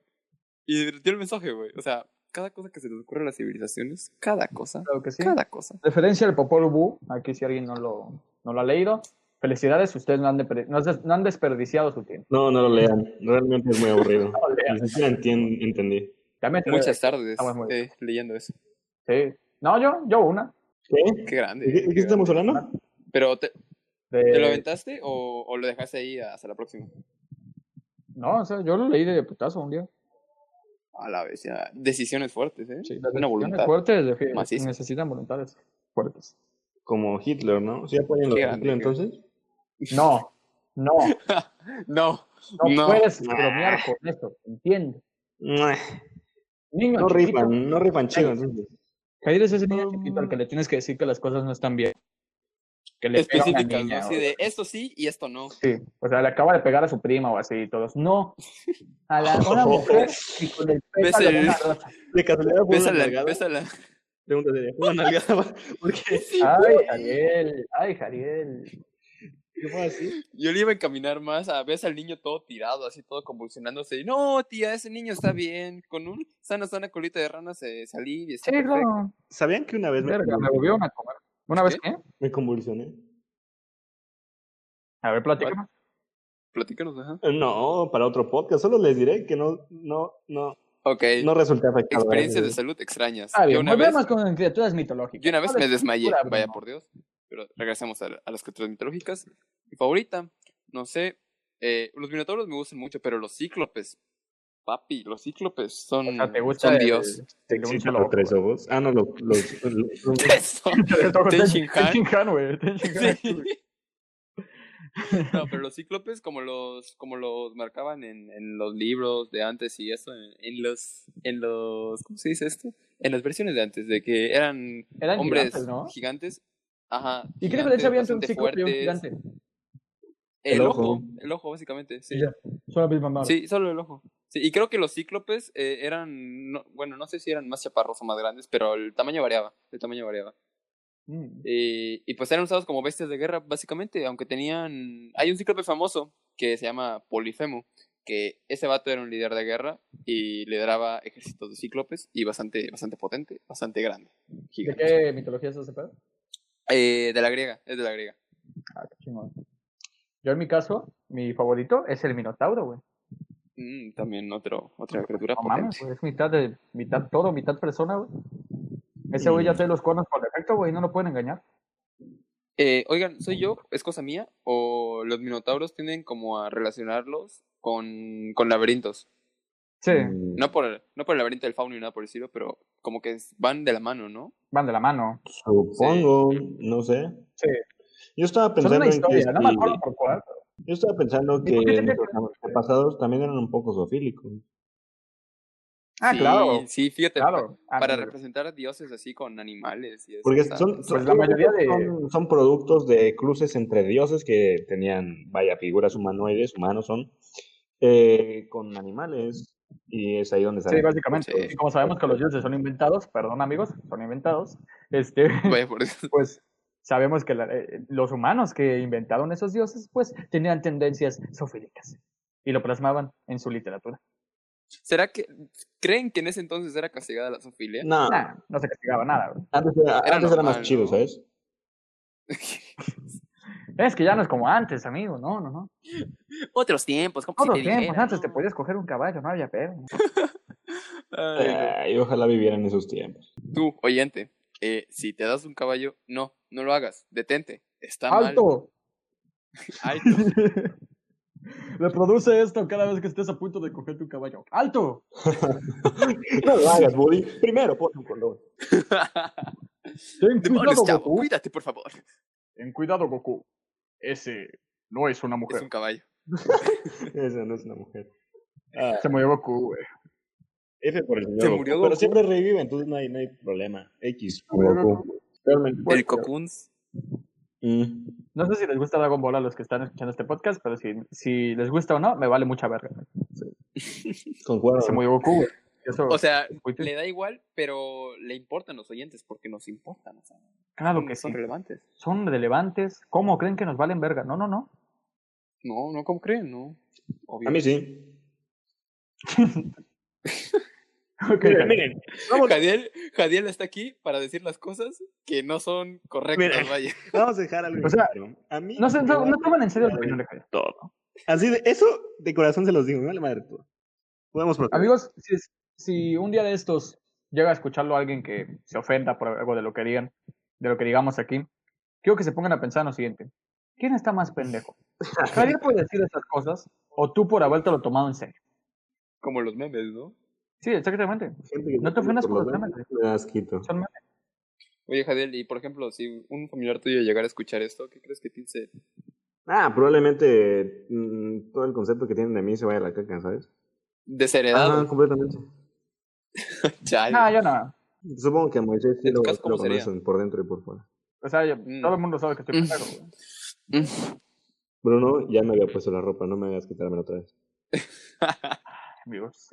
Speaker 3: y dio el mensaje, güey, o sea, cada cosa que se les ocurre a las civilizaciones, cada cosa,
Speaker 1: claro que sí.
Speaker 3: cada cosa.
Speaker 1: Referencia al Popol Vuh, aquí si alguien no lo, no lo ha leído, felicidades, ustedes no han, depre- no has- no han desperdiciado su tiempo.
Speaker 2: No, no lo lean. Realmente es muy aburrido. [LAUGHS]
Speaker 1: No lean.
Speaker 2: Ni siquiera entien- entendí.
Speaker 1: También te-
Speaker 3: ah, Muchas tardes
Speaker 1: estamos muy
Speaker 3: eh, leyendo eso.
Speaker 1: Sí. No, yo, yo una.
Speaker 2: ¿Qué?
Speaker 3: Qué grande.
Speaker 2: ¿De qué,
Speaker 3: eh,
Speaker 2: de
Speaker 3: qué
Speaker 2: qué estamos
Speaker 3: grande.
Speaker 2: hablando?
Speaker 3: Pero, ¿te,
Speaker 1: de-
Speaker 3: te lo aventaste o, o lo dejaste ahí hasta la próxima?
Speaker 1: No, o sea, yo lo leí de putazo un día.
Speaker 3: A la vez, ya. Decisiones fuertes, ¿eh?
Speaker 1: Sí,
Speaker 3: Una voluntad.
Speaker 1: Fuertes, defi-
Speaker 3: maciza.
Speaker 1: necesitan voluntades fuertes.
Speaker 2: Como Hitler, ¿no? ¿Sí apoyan los
Speaker 3: Qué
Speaker 2: Hitler
Speaker 3: grande,
Speaker 2: entonces?
Speaker 1: No, no,
Speaker 3: No,
Speaker 1: no,
Speaker 3: No. Ah.
Speaker 1: puedes bromear con esto, ¿entiendes?
Speaker 2: Mua.
Speaker 1: Niño chiquito,
Speaker 2: No rifan, Mm. no rifan chido entonces.
Speaker 1: Jair es ese niño chiquito al que le tienes que decir que las cosas no están bien. Que le pega a una
Speaker 3: específicas, ¿no?
Speaker 1: niña,
Speaker 3: Así
Speaker 1: o-
Speaker 3: de esto sí y esto no.
Speaker 1: Sí, o sea, le acaba de pegar a su prima o así y todos. No, a [LAUGHS] la, a una mujer y con el
Speaker 3: Ves
Speaker 1: pétalo de
Speaker 3: el-
Speaker 1: una
Speaker 3: [LAUGHS]
Speaker 1: rosa.
Speaker 2: De casualidad fue una
Speaker 3: Pésala,
Speaker 2: nalgada.
Speaker 3: pésala.
Speaker 2: Pregunta seria, fue una nalgada. [LAUGHS] ¿Por qué? Ah,
Speaker 1: Ay, Jariel, ay, Jariel.
Speaker 2: ¿Qué fue así?
Speaker 3: Yo le iba a encaminar más a ves al niño todo tirado, así todo convulsionándose. Y, no, tía, ese niño está bien. Con un sana, sana colita de rana se salí y está
Speaker 1: Sí,
Speaker 3: perfecto.
Speaker 1: no,
Speaker 2: ¿Sabían que una
Speaker 3: Pues
Speaker 2: vez me,
Speaker 1: verga, me
Speaker 2: convulsioné?
Speaker 1: volvieron a comer. ¿Una vez qué?
Speaker 2: me convulsioné?
Speaker 1: A ver, platícanos.
Speaker 3: Platícanos, ajá.
Speaker 2: No, para otro podcast. Solo les diré que no, no, no,
Speaker 3: Ok.
Speaker 2: no resulté afectado. eh.
Speaker 3: Eh, Experiencias de
Speaker 2: gracias
Speaker 3: salud extrañas.
Speaker 1: Está
Speaker 3: yo
Speaker 1: bien,
Speaker 3: una vez,
Speaker 1: volvemos con criaturas mitológicas.
Speaker 3: yo una vez
Speaker 1: ¿Cuál
Speaker 3: me
Speaker 1: es tu
Speaker 3: desmayé,
Speaker 1: criatura,
Speaker 3: vaya
Speaker 1: Bruno?
Speaker 3: por Dios. Pero regresemos a, a las criaturas mitológicas. Mi favorita, no sé. eh, los minotauros me gustan mucho, pero los cíclopes. Papi, los cíclopes son,
Speaker 1: O sea, ¿te gusta
Speaker 3: Mm, son
Speaker 1: el- [LAUGHS]
Speaker 3: Dios.
Speaker 2: ¿Te
Speaker 1: el de un
Speaker 2: excitan
Speaker 1: solo
Speaker 2: los tres
Speaker 1: [LAUGHS] ojo?
Speaker 2: ojos? Ah, no, los... los, los- los-
Speaker 3: [LAUGHS] Eso. Ten Shin Han.
Speaker 1: [LAUGHS] Ten Shin Han, güey. Ten Shin Han.
Speaker 3: Sí. No, pero los cíclopes, como los, como los marcaban en, en los libros de antes y eso, en, en los, en los, ¿cómo se dice esto? En las versiones de antes, de que eran,
Speaker 1: Eran
Speaker 3: hombres
Speaker 1: gigantes,
Speaker 3: gigantes,
Speaker 1: ¿no?
Speaker 3: Ajá.
Speaker 1: ¿Y qué
Speaker 3: gigantes,
Speaker 1: diferencia había entre un
Speaker 3: bastante
Speaker 1: cíclope y un
Speaker 3: fuertes.
Speaker 1: gigante?
Speaker 3: El,
Speaker 2: El
Speaker 3: ojo.
Speaker 2: ojo.
Speaker 3: el ojo, básicamente, sí.
Speaker 1: Y ya, Son la misma madre.
Speaker 3: Sí, solo el ojo. Sí, y creo que los cíclopes eh, eran, no- bueno, no sé si eran más chaparros o más grandes, pero el tamaño variaba, el tamaño variaba.
Speaker 1: Mm.
Speaker 3: Y, y pues eran usados como bestias de guerra, básicamente, aunque tenían... Hay un cíclope famoso que se llama Polifemo, que ese vato era un líder de guerra y lideraba ejércitos de cíclopes y bastante, bastante potente, bastante grande.
Speaker 1: ¿De
Speaker 3: gigante.
Speaker 1: qué mitología es ese pedo?
Speaker 3: Eh, de la griega, es de la griega.
Speaker 1: Ah, qué chingón. Yo en mi caso, mi favorito es el Minotauro, güey.
Speaker 3: Mm, también otro, otra criatura
Speaker 1: No
Speaker 3: potente.
Speaker 1: mames, güey, es mitad de mitad todo, mitad persona, güey. Ese güey ya
Speaker 2: Mm.
Speaker 1: trae los conos por defecto, güey, no lo pueden engañar.
Speaker 3: Eh, oigan, ¿soy yo? ¿Es cosa mía? ¿O los minotauros tienden como a relacionarlos con, con laberintos?
Speaker 1: Sí,
Speaker 2: Mm,
Speaker 3: No por, no por el laberinto del fauno ni nada por el estilo, pero como que es- van de la mano, ¿no?
Speaker 1: van de la mano.
Speaker 3: pues,
Speaker 2: Supongo, no sé.
Speaker 1: Sí.
Speaker 2: Yo estaba
Speaker 1: Son Pues
Speaker 2: pensando
Speaker 1: una
Speaker 2: en que...
Speaker 1: historia, no me
Speaker 2: si-
Speaker 1: acuerdo por cuál.
Speaker 2: Yo estaba pensando que
Speaker 1: por qué tendría
Speaker 2: nuestros
Speaker 1: que-
Speaker 2: antepasados también eran un poco zoofílicos.
Speaker 1: Ah,
Speaker 3: Sí,
Speaker 1: claro,
Speaker 3: Sí, fíjate,
Speaker 1: claro. Ah,
Speaker 3: para
Speaker 1: no,
Speaker 3: representar a dioses así con animales y eso.
Speaker 2: Porque
Speaker 3: está- [LAUGHS]
Speaker 2: son,
Speaker 3: está-
Speaker 2: son-
Speaker 1: Pues la mayoría de-
Speaker 2: son, son productos de cruces entre dioses que tenían, vaya, figuras humanoides, humanos son, eh, con animales. Y es ahí donde
Speaker 1: Sí,
Speaker 2: salen.
Speaker 1: básicamente.
Speaker 3: Sí.
Speaker 1: Y como sabemos que los dioses son inventados, perdón amigos, son inventados, este, [LAUGHS]
Speaker 3: Vaya por Dios.
Speaker 1: pues sabemos que la- eh, los humanos que inventaron esos dioses, pues tenían tendencias zoofílicas y lo plasmaban en su literatura.
Speaker 3: ¿Será que creen que en ese entonces era castigada la zoofilia?
Speaker 2: No,
Speaker 1: Nah, no se castigaba nada. güey.
Speaker 2: antes era,
Speaker 3: Era
Speaker 2: antes era más
Speaker 3: normal,
Speaker 2: chido,
Speaker 3: ¿no?
Speaker 2: ¿sabes?
Speaker 1: Es que ya no es como antes, amigo, no, no, no.
Speaker 3: Otros tiempos, como si
Speaker 1: Todos
Speaker 3: te "Ah".
Speaker 1: tiempos,
Speaker 3: dijera,
Speaker 1: antes te
Speaker 3: ¿no?
Speaker 1: podías coger un caballo, no había pedo.
Speaker 3: Ay, no.
Speaker 2: Ay, Eh, ojalá vivieran esos tiempos.
Speaker 1: Mm.
Speaker 3: Tú, oyente, eh, si te das un caballo, no, no lo hagas, detente, está mal.
Speaker 1: ¡Alto!
Speaker 3: Alto.
Speaker 1: [LAUGHS] Reproduce esto cada vez que estés a punto de coger tu caballo. ¡Alto!
Speaker 2: [LAUGHS] No lo hagas, Woody. Primero, ponte un condón.
Speaker 1: [LAUGHS] Ten [LAUGHS]
Speaker 3: Demonios,
Speaker 1: cuidado,
Speaker 3: Tavo,
Speaker 1: Goku.
Speaker 3: cuídate, por favor.
Speaker 1: Ten cuidado, Goku. Ese no es una
Speaker 3: Es
Speaker 1: mujer.
Speaker 3: un caballo.
Speaker 2: Esa no es una mujer.
Speaker 1: Se murió Goku, güey.
Speaker 2: F Ah, por el señor
Speaker 3: Se
Speaker 2: Goku,
Speaker 3: murió
Speaker 2: Pero
Speaker 3: Goku.
Speaker 2: siempre revive, entonces no hay, no hay problema. X por
Speaker 1: murió
Speaker 2: Goku. Realmente.
Speaker 3: el Cocoons.
Speaker 2: Mm.
Speaker 1: No sé si les gusta Dragon Ball a los que están escuchando este podcast, pero si, si les gusta o no, me vale mucha verga.
Speaker 2: Concuerdo.
Speaker 1: Se murió Goku, güey. Eso,
Speaker 3: O sea,
Speaker 1: muy triste.
Speaker 3: le da igual, pero le importan los oyentes porque nos importan. O sea,
Speaker 1: claro
Speaker 3: son-
Speaker 1: Ah, que
Speaker 3: son
Speaker 1: sí.
Speaker 3: relevantes.
Speaker 1: Son relevantes. ¿Cómo creen que nos valen verga? No, no, no.
Speaker 3: No, no, ¿cómo creen? No. Obvio.
Speaker 2: A mí sí.
Speaker 1: Ok.
Speaker 2: Miren, miren. Vamos,
Speaker 3: Jadiel, Jadiel está aquí para decir las cosas que no son correctas,
Speaker 2: Mira.
Speaker 3: vaya.
Speaker 2: vamos a dejar algo.
Speaker 1: O sea,
Speaker 2: claro. a mí.
Speaker 1: No, se, no, no toman en serio
Speaker 2: Vale.
Speaker 1: la opinión de Javier.
Speaker 2: Así de, eso de corazón se los digo, me vale madre todo. Podemos probar.
Speaker 1: Amigos, si, si un día de estos llega a escucharlo alguien que se ofenda por algo de lo que digan, de lo que digamos aquí, quiero que se pongan a pensar en lo siguiente. ¿Quién está más pendejo? ¿Javier por decir esas cosas o tú por habértelo tomado en serio?
Speaker 3: Como los memes, ¿no?
Speaker 1: Sí, exactamente. no te ofendas por los temas.
Speaker 2: Me da asquito.
Speaker 1: Son memes.
Speaker 3: Oye, Jadiel, y por ejemplo, si un familiar tuyo llegara a escuchar esto, ¿qué crees que piense?
Speaker 2: Ah, probablemente mm, todo el concepto que tienen de mí se vaya a la caca, ¿sabes? Ah,
Speaker 3: Desheredado.
Speaker 2: completamente.
Speaker 1: Ah.
Speaker 3: Chale. [LAUGHS]
Speaker 1: No, yo no.
Speaker 2: Supongo que a Moisés sí
Speaker 3: ¿En tu
Speaker 2: lo,
Speaker 3: caso
Speaker 2: lo
Speaker 3: cómo sería?
Speaker 2: conocen por dentro y por fuera.
Speaker 1: O sea, yo-
Speaker 3: Mm.
Speaker 1: todo el mundo sabe que estoy
Speaker 3: Mm.
Speaker 1: pendejo. güey.
Speaker 3: [LAUGHS] Mm.
Speaker 2: Bruno, ya me había puesto la ropa, no me hagas quitármela otra vez.
Speaker 1: amigos.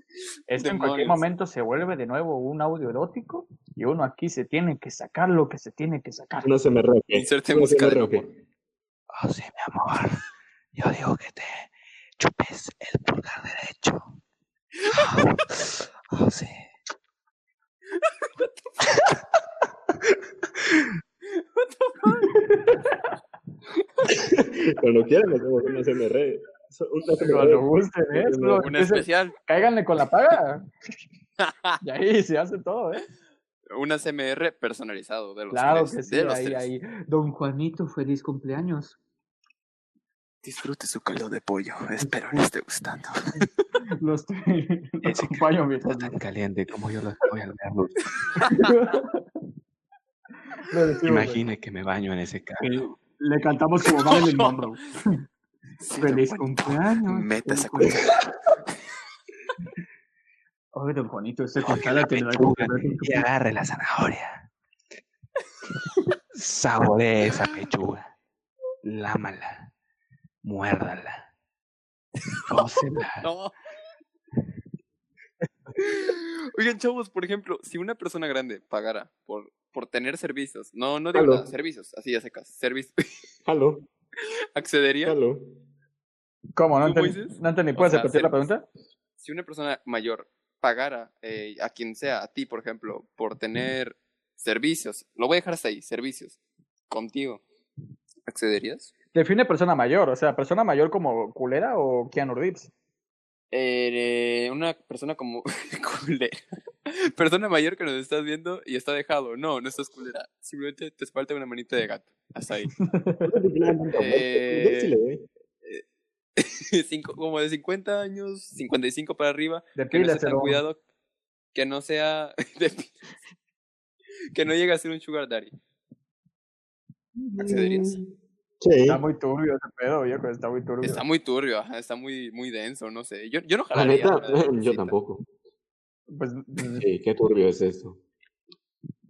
Speaker 1: Esto en cualquier
Speaker 3: Demonios.
Speaker 1: momento se vuelve de nuevo un audio erótico y uno aquí se tiene que sacar lo que se tiene que
Speaker 3: Ah.
Speaker 1: sacar.
Speaker 2: No se me roque.
Speaker 3: Inserte
Speaker 2: no se
Speaker 3: música
Speaker 2: me
Speaker 3: de
Speaker 2: roque.
Speaker 3: lobo.
Speaker 4: Oh, sí, mi amor. Yo digo que te chupes el pulgar derecho. Oh, oh, sí.
Speaker 2: [LAUGHS] Cuando quieran hacemos una CMR. So- Una
Speaker 1: Cuando
Speaker 2: CMR.
Speaker 1: gusten, ¿eh?
Speaker 2: Un
Speaker 1: Lo-
Speaker 3: Una
Speaker 1: empiecen-
Speaker 3: especial,
Speaker 1: cáiganle con la paga. y ahí se hace todo, ¿eh?
Speaker 3: una CMR personalizado de los
Speaker 1: Claro
Speaker 3: tres,
Speaker 1: que sí,
Speaker 3: de los
Speaker 1: ahí,
Speaker 3: tres.
Speaker 1: ahí. Don Juanito, feliz cumpleaños.
Speaker 3: Disfrute su caldo de pollo, espero le esté gustando.
Speaker 1: Lo estoy- lo
Speaker 4: Ese
Speaker 1: acompaño mientras
Speaker 4: Tan caliente como yo los voy al verlos.
Speaker 1: [LAUGHS] lo decimos,
Speaker 4: Imagine que me baño en ese
Speaker 1: güey.
Speaker 4: carro.
Speaker 1: Le cantamos como va en el nombre. güey.
Speaker 3: Sí,
Speaker 1: Feliz
Speaker 3: don Juan,
Speaker 1: cumpleaños.
Speaker 3: Meta
Speaker 1: feliz
Speaker 3: esa cuchara.
Speaker 1: [LAUGHS] Ay, don Juanito, ese
Speaker 4: Toque
Speaker 1: cuchara
Speaker 4: la
Speaker 1: tendrá algo que
Speaker 4: pechuga
Speaker 1: ver con tu
Speaker 4: y agarre la zanahoria. Saboree esa pechuga. Lámala. Muérdala. Cósela.
Speaker 3: No. Oigan, chavos, por ejemplo, si una persona grande pagara por, por tener servicios, no, no digo
Speaker 2: Aló.
Speaker 3: nada, servicios, así ya secas, servicios,
Speaker 2: Jalo,
Speaker 3: [LAUGHS] accedería.
Speaker 2: jalo.
Speaker 1: ¿Cómo? ¿No
Speaker 3: ¿Tú,
Speaker 1: entendí?
Speaker 3: Moisés?
Speaker 1: No entendí.
Speaker 3: O
Speaker 1: ¿Puedes
Speaker 3: sea,
Speaker 1: repetir la
Speaker 3: ser-
Speaker 1: pregunta?
Speaker 3: Si una persona mayor pagara eh, a quien sea, a ti, por ejemplo, por tener servicios, lo voy a dejar hasta ahí, servicios, contigo, ¿accederías?
Speaker 1: Define persona mayor. O sea, persona mayor como culera o Keanu Reeves.
Speaker 3: Eh, una persona como [LAUGHS] culera. Persona mayor que nos estás viendo y está dejado. No, no estás culera. Simplemente te falta una manita de gato. Hasta
Speaker 2: [LAUGHS]
Speaker 3: ahí. Eh,
Speaker 2: Yo sí le doy.
Speaker 3: Cinco- como de 50 años, 55 para arriba. Que no sea tan
Speaker 1: Depílaselo.
Speaker 3: cuidado. Que no sea. [LAUGHS] de- que no llegue a ser un sugar daddy. ¿Accederías?
Speaker 2: Sí.
Speaker 1: Está muy turbio ese pedo, yo creo que está muy turbio.
Speaker 3: Está muy turbio, ajá, está muy, muy denso, no sé. Yo, yo no
Speaker 2: La
Speaker 3: jalaría.
Speaker 2: neta,
Speaker 3: una cosita.
Speaker 2: [LAUGHS] yo tampoco.
Speaker 3: [LAUGHS]
Speaker 1: Pues,
Speaker 2: Sí, qué turbio es esto.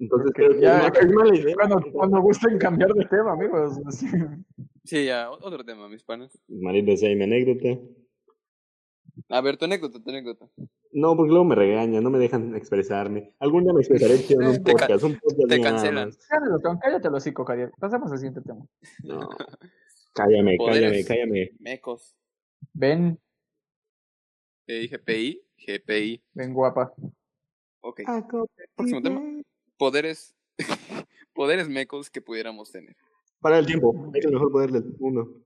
Speaker 2: Entonces,
Speaker 1: Ok,
Speaker 2: creo que
Speaker 1: ya-
Speaker 2: Pues es ma- es mala idea.
Speaker 1: cuando, cuando gusten cambiar de tema, amigos. [LAUGHS] Sí.
Speaker 3: Sí, ya, o- otro tema, mis panas.
Speaker 2: Maldita sea mi anécdota.
Speaker 3: A ver, tu anécdota, tu anécdota.
Speaker 2: No, porque luego me regañan, no me dejan expresarme. Algún día me expresaré en [LAUGHS] un
Speaker 3: Te ca-
Speaker 2: podcast, un podcast
Speaker 3: te
Speaker 2: nada
Speaker 3: cancelan.
Speaker 2: más.
Speaker 1: Cállate, Tom, cállate el hocico, Javier. Pasemos al siguiente tema.
Speaker 2: No. [LAUGHS] Cállame, cállame,
Speaker 3: Poderes.
Speaker 2: cállame.
Speaker 3: Mecos.
Speaker 1: Ven,
Speaker 3: Eh, GPI. GPI.
Speaker 1: ven guapa.
Speaker 3: Ok.
Speaker 1: Ah,
Speaker 3: Próximo tema. Poderes. [LAUGHS] poderes mecos que pudiéramos tener.
Speaker 2: Para el tiempo, es el mejor poder del mundo.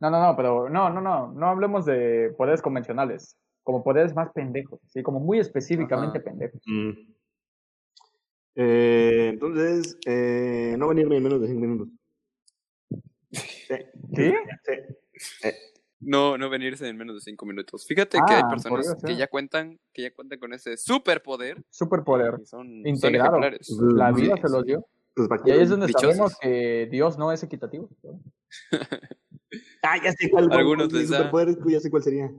Speaker 1: No, no, no, pero no, no, no. No hablemos de poderes convencionales. Como poderes más pendejos, sí, como muy específicamente
Speaker 3: Ajá.
Speaker 1: pendejos.
Speaker 2: Mm. Eh, entonces, eh, no venirme en menos de 5 minutos. Sí,
Speaker 1: ¿Sí?
Speaker 2: sí. Eh,
Speaker 3: no, no venirse en menos de cinco minutos. Fíjate que
Speaker 1: Ah,
Speaker 3: hay personas
Speaker 1: podría ser.
Speaker 3: que ya cuentan, que ya cuentan con ese superpoder
Speaker 1: Superpoder.
Speaker 3: y son, son
Speaker 1: Integrado.
Speaker 3: ejemplares.
Speaker 1: La
Speaker 3: Sí,
Speaker 1: vida se
Speaker 3: sí.
Speaker 1: los dio.
Speaker 2: Pues, Los
Speaker 1: Y ahí es
Speaker 2: vaqueros.
Speaker 1: donde
Speaker 3: Dichosos.
Speaker 1: sabemos que Dios no es equitativo. ¿no?
Speaker 2: Ah, ya sé cuál.
Speaker 3: Algunos
Speaker 2: cuál-
Speaker 3: les da-
Speaker 2: superpoder, ya sé cuál sería.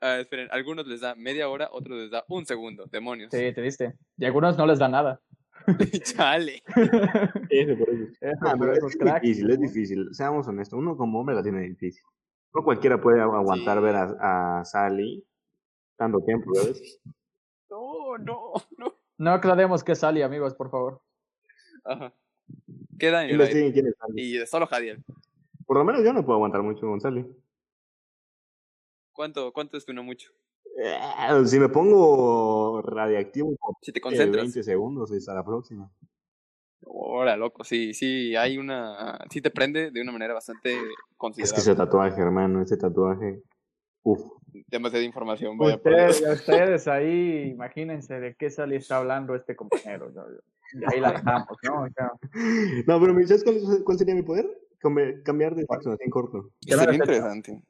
Speaker 3: Ah, esperen, algunos les da media hora, otros les da un segundo. Demonios.
Speaker 1: Sí, te diste. Y a algunos no les da nada.
Speaker 3: [LAUGHS] Chale.
Speaker 2: Ese, por eso. Ah,
Speaker 1: Esos-
Speaker 2: pero es,
Speaker 1: esos
Speaker 2: que es
Speaker 1: cracks,
Speaker 2: difícil, es
Speaker 1: ¿no?
Speaker 2: difícil. Seamos honestos, uno como hombre la tiene difícil. No cualquiera puede agu- aguantar
Speaker 3: Sí.
Speaker 2: ver a, a Sally tanto tiempo, ¿sabes?
Speaker 3: No, no, no.
Speaker 1: No aclaremos que es Sally, amigos, por favor.
Speaker 3: Ajá. Queda en el aire.
Speaker 2: Investiguen quién es Sally.
Speaker 3: Y de solo Jadiel.
Speaker 2: Por lo menos yo no puedo aguantar mucho con Sally.
Speaker 3: ¿Cuánto, cuánto es que no mucho?
Speaker 2: Eh, Si me pongo radiactivo por
Speaker 3: Si te
Speaker 2: eh,
Speaker 3: concentras.
Speaker 2: 20 segundos hasta la próxima.
Speaker 3: Ahora, loco, sí, sí, hay una. Sí te prende de una manera bastante
Speaker 2: Es que
Speaker 3: considerable.
Speaker 2: ese tatuaje, hermano, ese tatuaje. Uf.
Speaker 3: Demasiada información, vaya por Dios.
Speaker 1: Ustedes, ustedes ahí, imagínense de qué Sally está hablando este compañero. ¿no? Y ahí la dejamos, ¿no? O sea,
Speaker 2: No, pero ¿sabes cuál, es- cuál sería mi poder? Come- Cambiar de sexo así en corto. [LAUGHS]
Speaker 1: Ya me
Speaker 3: Sería
Speaker 1: la
Speaker 3: interesante.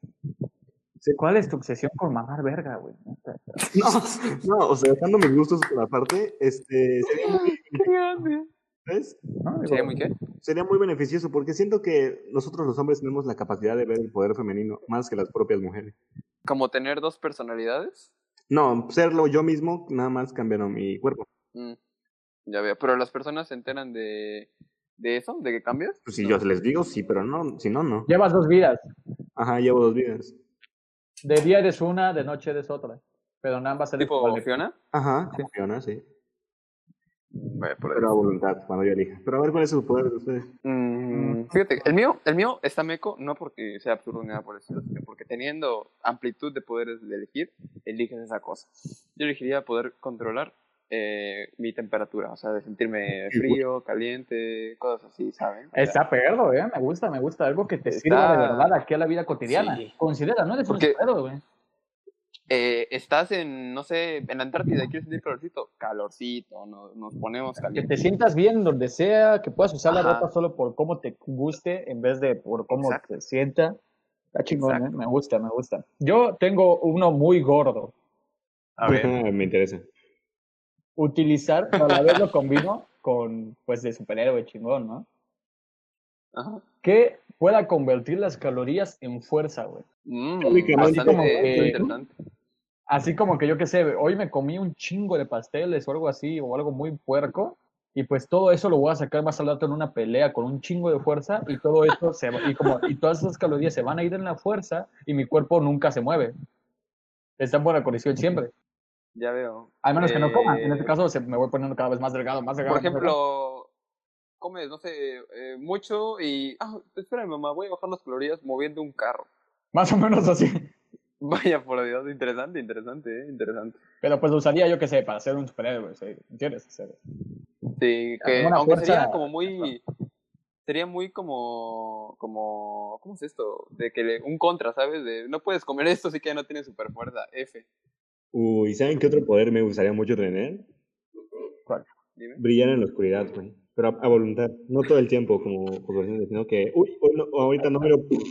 Speaker 1: ¿Cuál es tu obsesión con mamar verga, güey? Neta.
Speaker 2: No, no, o sea, dejando mis gustos por aparte, este, sería muy, ¿sabes?
Speaker 1: ¿No? Digo,
Speaker 3: ¿Sería muy qué?
Speaker 2: sería muy beneficioso porque siento que nosotros los hombres tenemos la capacidad de ver el poder femenino más que las propias mujeres.
Speaker 3: ¿Como tener dos personalidades?
Speaker 2: No, serlo yo mismo, nada más cambiando mi cuerpo.
Speaker 3: Mm, ya veo. Pero las personas se enteran de. ¿De eso? ¿De que cambias?
Speaker 2: Pues si
Speaker 3: No.
Speaker 2: yo les digo, sí, pero no, si no, no.
Speaker 1: Llevas dos vidas.
Speaker 2: Ajá, llevo dos vidas.
Speaker 1: De día eres una, de noche eres otra. Pero en ambas eres
Speaker 3: ¿Tipo
Speaker 1: igual de-
Speaker 3: Fiona?
Speaker 2: Ajá, como Fiona, sí.
Speaker 3: Vaya por
Speaker 2: Pero a voluntad, cuando yo elija. Pero a ver cuál es su poder de ustedes.
Speaker 3: Mm, Fíjate, el mío, el mío está meco, no porque sea absurdo ni nada por el estilo, sino porque teniendo amplitud de poderes de elegir, eliges esa cosa. Yo elegiría poder controlar eh, mi temperatura, o sea, de sentirme frío, caliente, cosas así, ¿saben? O sea,
Speaker 1: Está perro, ¿eh? Me gusta, me gusta. Algo que te
Speaker 3: Está-
Speaker 1: sirva de verdad aquí a la vida cotidiana.
Speaker 3: Sí.
Speaker 1: Considera, no eres
Speaker 3: Porque-
Speaker 1: un perro, güey.
Speaker 3: eh, estás en, no sé, en la Antártida y quieres sentir calorcito, calorcito, no- nos ponemos
Speaker 1: Que
Speaker 3: calientes.
Speaker 1: te sientas bien donde sea, que puedas usar la
Speaker 3: Ajá.
Speaker 1: ropa solo por cómo te guste en vez de por cómo
Speaker 3: Exacto.
Speaker 1: te sienta. Está chingón, ¿eh?
Speaker 3: Exacto.
Speaker 1: Me gusta, me gusta. Yo tengo uno muy gordo.
Speaker 3: A ver,
Speaker 2: [LAUGHS] Me interesa.
Speaker 1: Utilizar, pero a la vez lo combino con, pues, de superhéroe chingón, ¿no?
Speaker 3: ajá.
Speaker 1: Que pueda convertir las calorías en fuerza, güey.
Speaker 3: Mm,
Speaker 2: Yo vi que no, así
Speaker 3: bastante
Speaker 1: como que-
Speaker 3: interesante.
Speaker 1: Así como que yo qué sé, hoy me comí un chingo de pasteles o algo así, o algo muy puerco, y pues todo eso lo voy a sacar más al rato en una pelea con un chingo de fuerza, y todo eso se va- y como, y todas esas calorías se van a ir en la fuerza, y mi cuerpo nunca se mueve. Está en buena condición siempre.
Speaker 3: Ya veo.
Speaker 1: Al menos que no coma. En
Speaker 3: Eh,
Speaker 1: este caso se, me voy poniendo cada vez más delgado, más delgado.
Speaker 3: Por
Speaker 1: más delgado.
Speaker 3: ejemplo, comes, no sé, eh, mucho y. Ah, espérame, mamá, voy a bajar las calorías moviendo un carro. [LAUGHS]
Speaker 1: Más o menos así.
Speaker 3: Vaya, por Dios, interesante, interesante, eh, interesante.
Speaker 1: Pero pues lo usaría, yo qué sé, para ser un superhéroe, ¿sí? ¿entiendes? O sea,
Speaker 3: Sí, que
Speaker 1: una
Speaker 3: aunque sería
Speaker 1: fuerza-
Speaker 3: como muy. Sería muy como. como ¿Cómo es esto? De que le- un contra, ¿sabes? De no puedes comer esto, así que ya no tienes super fuerza. F.
Speaker 2: Uy, ¿saben qué otro poder me gustaría mucho tener?
Speaker 3: Dime.
Speaker 2: Brillar en la oscuridad, güey. Pero a, a voluntad. No todo el tiempo, como población, sino que, uy, hoy no- ahorita no, pero. puf,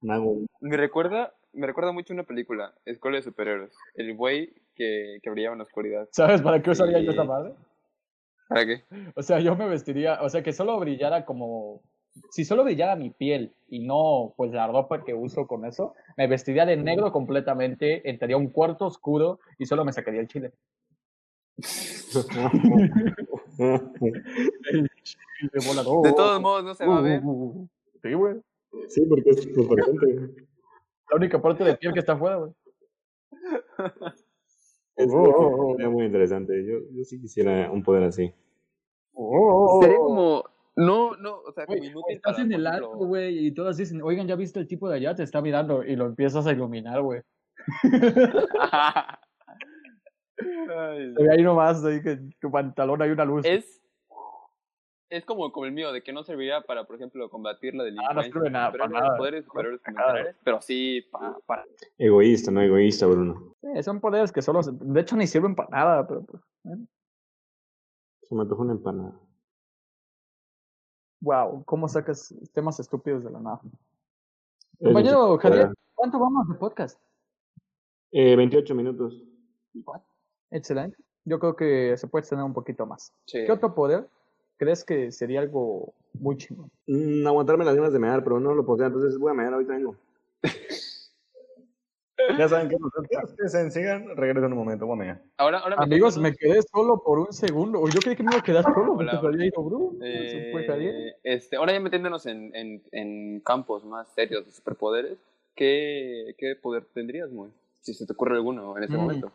Speaker 2: me hago-
Speaker 3: Me recuerda, me recuerda mucho una película, Escuela de Superhéroes. El güey que, que brillaba en la oscuridad.
Speaker 1: ¿Sabes para qué usaría yo
Speaker 3: Sí.
Speaker 1: esa madre?
Speaker 3: ¿Para qué?
Speaker 1: O sea, yo me vestiría, o sea, que solo brillara como, si solo brillara mi piel y no, pues, la ropa que uso con eso, me vestiría de negro completamente, entraría a un cuarto oscuro y solo me sacaría el chile. De bola, no.
Speaker 3: De Uh, todos modos, no se
Speaker 1: Uh,
Speaker 3: va a ver.
Speaker 1: Sí, güey.
Speaker 2: sí, porque es fosforescente.
Speaker 1: La única parte de piel que está afuera, güey.
Speaker 2: Es
Speaker 1: Oh, oh, oh.
Speaker 2: sería muy interesante. Yo, yo sí quisiera un poder así.
Speaker 3: Sería
Speaker 1: Oh.
Speaker 3: como. No, no, o sea, como
Speaker 1: Güey,
Speaker 3: inútil.
Speaker 1: Estás
Speaker 3: para,
Speaker 1: en
Speaker 3: por
Speaker 1: el
Speaker 3: ejemplo,
Speaker 1: arco, güey, y todas dicen, oigan, ¿ya viste el tipo de allá? Te está mirando y lo empiezas a iluminar, güey.
Speaker 3: Ay,
Speaker 1: Se ve ahí nomás, ahí que en tu pantalón hay una luz.
Speaker 3: es. Es como, como el mío, de que no serviría para, por ejemplo, combatir la delincuencia.
Speaker 1: Ah, sirve nada,
Speaker 3: superhéroes,
Speaker 1: para nada.
Speaker 3: poderes, superhéroes,
Speaker 1: Para nada.
Speaker 3: militares, pero sí pa- para.
Speaker 2: Egoísta, no egoísta, Bruno.
Speaker 1: Sí, son poderes que solo, se- de hecho, ni sirven para nada, pero pues,
Speaker 2: Se me antojó una empanada.
Speaker 1: wow, ¿cómo sacas temas estúpidos de la nada? Compañero Javier, ¿cuánto vamos de podcast?
Speaker 5: Eh, 28 minutos.
Speaker 1: Excelente. Yo creo que se puede extender un poquito más.
Speaker 3: Sí.
Speaker 1: ¿Qué otro poder crees que sería algo muy chingón?
Speaker 5: Mm, aguantarme las ganas de mear, pero no lo posee, entonces voy a mear, ahorita vengo.
Speaker 2: [LAUGHS] Ya saben que ustedes se sigan, regreso en un momento, voy a mear.
Speaker 3: Ahora, ahora
Speaker 1: Amigos, me quedé solo por un segundo. Yo creí que me iba a quedar solo,
Speaker 3: Hola,
Speaker 1: porque se
Speaker 3: hola.
Speaker 1: había ido Bruno. Se fue Javier.
Speaker 3: Eh, este, ahora ya metiéndonos en, en, en campos más serios de superpoderes, ¿qué, qué poder tendrías, Moy? Si se te ocurre alguno en este
Speaker 1: Mm.
Speaker 3: momento.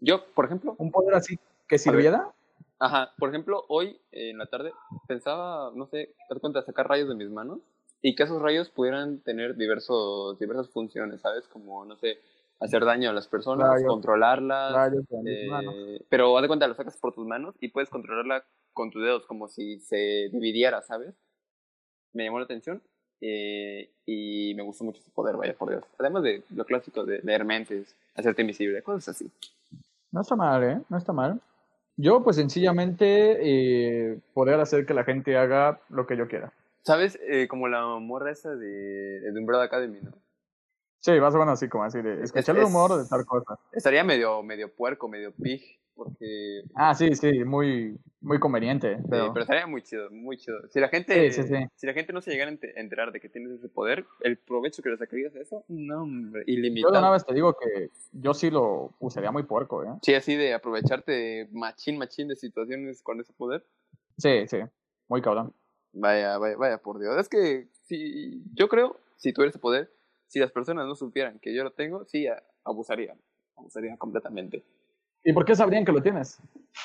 Speaker 3: Yo, por ejemplo,
Speaker 1: Un poder así que sirviera.
Speaker 3: ajá, por ejemplo, hoy eh, en la tarde pensaba, no sé, dar cuenta, sacar rayos de mis manos y que esos rayos pudieran tener diversos, diversas funciones, ¿sabes? Como, no sé, hacer daño a las personas,
Speaker 1: Rayos.
Speaker 3: controlarlas,
Speaker 1: Rayos de mis
Speaker 3: eh,
Speaker 1: manos.
Speaker 3: pero haz de cuenta, lo sacas por tus manos y puedes controlarla con tus dedos, como si se dividiera, ¿sabes? Me llamó la atención eh, y me gustó mucho ese poder, vaya por Dios. Además de lo clásico de leer mentes, hacerte invisible, cosas así.
Speaker 1: No está mal, ¿eh? No está mal. Yo, pues sencillamente, eh, poder hacer que la gente haga lo que yo quiera.
Speaker 3: ¿Sabes? Eh, como la morra esa de, de Umbrella Academy, ¿no?
Speaker 1: Sí, vas a bueno así como así de escuchar el
Speaker 3: es-
Speaker 1: humor de tal cosa.
Speaker 3: Estaría medio, medio puerco, medio pig, porque...
Speaker 1: Ah, sí, sí, muy, muy conveniente.
Speaker 3: Sí,
Speaker 1: Pero,
Speaker 3: pero estaría muy chido, muy chido. Si la gente,
Speaker 1: Sí, sí, sí.
Speaker 3: Si la gente no se llegara a ente- a enterar de que tienes ese poder, el provecho que le sacarías a eso, no, hombre,
Speaker 1: yo
Speaker 3: ilimitado.
Speaker 1: de una vez te digo que yo sí lo usaría muy puerco, ¿eh?
Speaker 3: Sí, así de aprovecharte machín, machín de situaciones con ese poder.
Speaker 1: Sí, sí, muy cabrón.
Speaker 3: Vaya, vaya, vaya, por Dios. Es que si, yo creo, si tuviera ese poder, si las personas no supieran que yo lo tengo, sí, a- abusaría. Abusaría completamente.
Speaker 1: ¿Y por qué sabrían que lo tienes?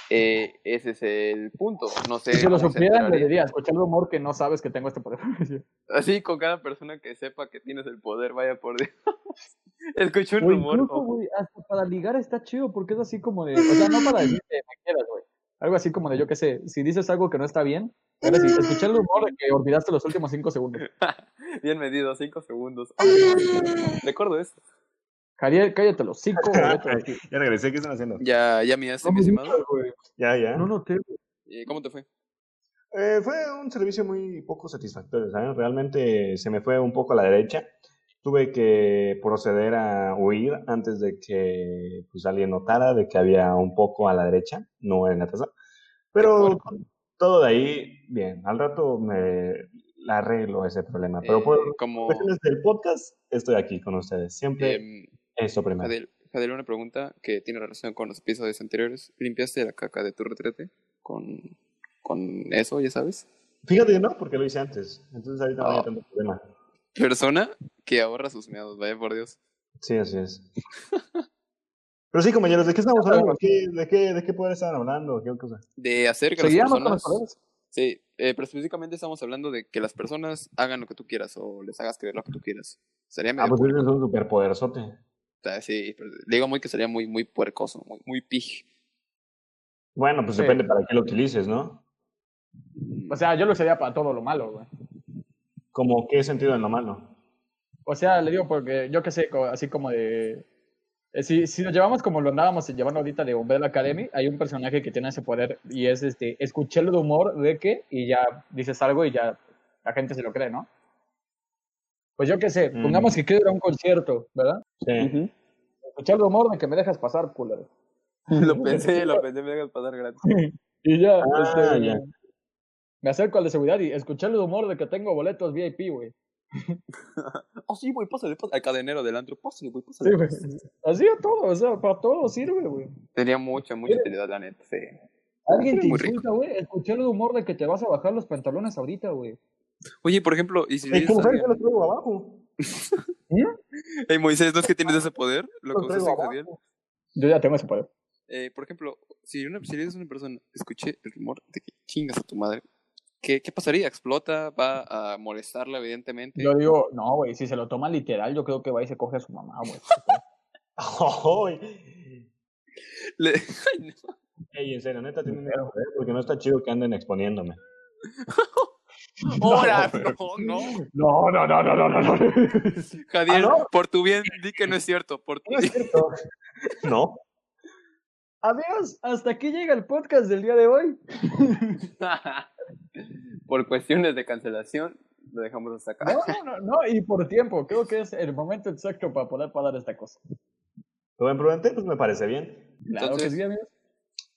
Speaker 3: Eh, ese es el punto. No sé.
Speaker 1: si lo
Speaker 3: cómo se
Speaker 1: supieran, le
Speaker 3: enteraría.
Speaker 1: diría, escuchar el humor que no sabes que tengo este poder. [LAUGHS]
Speaker 3: Así con cada persona que sepa que tienes el poder, vaya por Dios. [LAUGHS] Escuché un
Speaker 1: O
Speaker 3: rumor.
Speaker 1: incluso, güey, hasta para ligar está chido porque es así como de, o sea, no para decirte me quieras, güey. Algo así como de, yo qué sé, si dices algo que no está bien, ahora sí, escuché el humor de que olvidaste los últimos cinco segundos.
Speaker 3: Bien medido, 5 segundos. Ah, Ay, Recuerdo eso.
Speaker 1: Javier, cállate los
Speaker 3: [LAUGHS]
Speaker 1: cinco.
Speaker 2: Ya regresé, ¿qué están haciendo?
Speaker 3: Ya, ya miraste, mi estimado.
Speaker 2: Ya, ya.
Speaker 1: No noté, güey.
Speaker 3: Eh, ¿Cómo te fue?
Speaker 2: Eh, fue un servicio muy poco satisfactorio, ¿saben? Realmente se me fue un poco a la derecha. Tuve que proceder a huir antes de que pues, alguien notara de que había un poco a la derecha, no en la taza. Pero todo de ahí, bien, al rato me arreglo ese problema. Ah, Pero pues, por
Speaker 3: Eh, como
Speaker 2: cuestiones del podcast, estoy aquí con ustedes. Siempre
Speaker 3: em,
Speaker 2: eso primero.
Speaker 3: Jadel, Jadel, una pregunta que tiene relación con los episodios anteriores. ¿Limpiaste la caca de tu retrete con, con eso, ya sabes?
Speaker 2: Fíjate, no, porque lo hice antes. Entonces ahorita no
Speaker 3: Oh.
Speaker 2: hay tanto problema.
Speaker 3: Persona que ahorra sus meados, vaya por Dios.
Speaker 2: Sí, así es. Pero sí, compañeros, ¿de qué estamos hablando? ¿Qué- de, qué, ¿De qué poder estaban hablando? ¿Qué cosa?
Speaker 3: De hacer que las
Speaker 1: Seguíamos con los
Speaker 3: personas...
Speaker 1: colores.
Speaker 3: Sí, eh, pero específicamente estamos hablando de que las personas hagan lo que tú quieras o les hagas creer lo que tú quieras. Sería
Speaker 2: Ah,
Speaker 3: medio
Speaker 2: pues
Speaker 3: puerco.
Speaker 2: ese es un superpoderzote.
Speaker 3: O sea, sí, pero le digo muy que sería muy, muy puercoso, muy, muy pig.
Speaker 2: Bueno, pues
Speaker 1: Sí.
Speaker 2: depende para qué lo utilices, ¿no?
Speaker 1: O sea, yo lo usaría para todo lo malo, güey.
Speaker 2: Como qué sentido en lo malo.
Speaker 1: O sea, le digo porque yo qué sé, co- así como de... eh, Si, si lo llevamos como lo andábamos llevando ahorita de Umbrella Academy, hay un personaje que tiene ese poder y es este, escuché el humor de que y ya dices algo y ya la gente se lo cree, ¿no? Pues yo qué sé,
Speaker 2: Mm.
Speaker 1: pongamos que quiero ir a un concierto, ¿verdad?
Speaker 2: Sí.
Speaker 1: Escuché el humor de que me dejas pasar, culero.
Speaker 3: [LAUGHS]
Speaker 1: [LAUGHS]
Speaker 3: Lo pensé, lo pensé, me dejas pasar gratis.
Speaker 1: Y ya,
Speaker 2: Ah,
Speaker 1: este,
Speaker 2: ya.
Speaker 1: me acerco al de seguridad y escuché el humor de que tengo boletos VIP, güey.
Speaker 3: Oh, sí, güey, pásale, pásale. Al cadenero del antro, pásale, güey,
Speaker 1: Sí,
Speaker 3: pásale.
Speaker 1: güey. Este, Así a todo, o sea, para todo sirve, güey.
Speaker 3: Tenía mucha, mucha utilidad, la neta, sí.
Speaker 1: Alguien te
Speaker 3: Muy rico.
Speaker 1: insulta, güey. Escuché el humor de que te vas a bajar los pantalones ahorita, güey.
Speaker 3: Oye, por ejemplo, y si le
Speaker 2: ¿Y
Speaker 3: dices
Speaker 2: cómo
Speaker 3: a
Speaker 2: sabes que
Speaker 3: alguien,
Speaker 2: lo traigo abajo?
Speaker 3: "Ey, Moisés, ¿no es que tienes ese poder? Lo que
Speaker 2: Lo
Speaker 3: usaste
Speaker 2: traigo
Speaker 3: en Javier.
Speaker 2: abajo.
Speaker 1: Yo ya tengo ese poder.
Speaker 3: Eh, por ejemplo, si, una, si le dices a una persona, escuché el rumor de que chingas a tu madre, ¿qué, qué pasaría? ¿Explota? ¿Va a molestarla, evidentemente?
Speaker 1: Yo digo, no, güey, si se lo toma literal, yo creo que va y se coge a su mamá, güey. [LAUGHS]
Speaker 2: [LAUGHS] Ay.
Speaker 3: [LAUGHS] Le- Ay, no.
Speaker 2: Ey, en serio, neta, tienen miedo, ¿eh? porque no está chido que anden exponiéndome.
Speaker 3: [LAUGHS] ¡Horas! No,
Speaker 1: No,
Speaker 3: no.
Speaker 1: no, no, no, no, no. no.
Speaker 3: Javier,
Speaker 2: ¿Ah, no?
Speaker 3: por tu bien, di que no es cierto. Por tu
Speaker 2: No es cierto. [LAUGHS] ¿No?
Speaker 1: Amigos, hasta aquí llega el podcast del día de hoy.
Speaker 3: [LAUGHS] Por cuestiones de cancelación, lo dejamos hasta acá.
Speaker 1: No, no, no, no, y por tiempo. Creo que es el momento exacto para poder parar esta cosa.
Speaker 2: Rubén Prudente, pues me parece bien.
Speaker 1: Claro
Speaker 3: Entonces,
Speaker 1: que sí, amigos.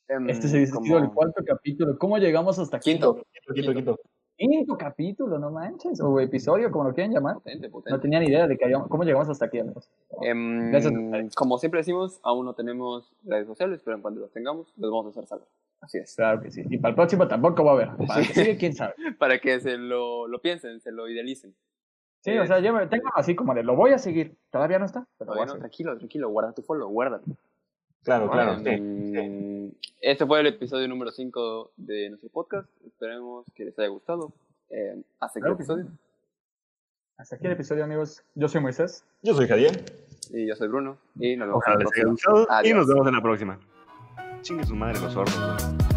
Speaker 3: Em,
Speaker 1: Este es el,
Speaker 3: como
Speaker 1: el cuarto capítulo. ¿Cómo llegamos hasta aquí?
Speaker 3: Quinto.
Speaker 2: Quito, quito, quito.
Speaker 1: Quinto capítulo, no manches. O episodio, como lo quieran llamar.
Speaker 3: Potente, potente.
Speaker 1: No tenía ni idea de que habíamos- cómo llegamos hasta aquí, amigos.
Speaker 3: Em,
Speaker 1: Gracias, Natalia.
Speaker 3: como siempre decimos, aún no tenemos redes sociales, pero en cuanto las tengamos, los vamos a hacer saber. Así es.
Speaker 1: Claro que sí. Y para el próximo tampoco va [LAUGHS] a haber. Para el que sigue, quién sabe.
Speaker 3: Para que se lo, lo piensen, se lo idealicen.
Speaker 1: Sí, o sea, yo me- tengo así como de lo voy a seguir. Todavía no está, pero lo voy a
Speaker 3: Bueno,
Speaker 1: seguir.
Speaker 3: tranquilo, tranquilo, guarda tu follow, guárdalo.
Speaker 2: Claro, claro.
Speaker 3: Em,
Speaker 2: sí.
Speaker 3: Este fue el episodio número 5 de nuestro podcast. Esperemos que les haya gustado. Em, hasta aquí el
Speaker 1: Claro que
Speaker 3: episodio.
Speaker 1: Hasta aquí el episodio, amigos. Yo soy Moisés.
Speaker 2: Yo soy Javier.
Speaker 3: Y yo soy Bruno. Y nos vemos en
Speaker 5: Ojalá
Speaker 3: la
Speaker 5: les haya
Speaker 3: próxima.
Speaker 5: gustado y
Speaker 3: Adiós.
Speaker 5: nos vemos en la próxima. Chingue su madre los sordos, güey.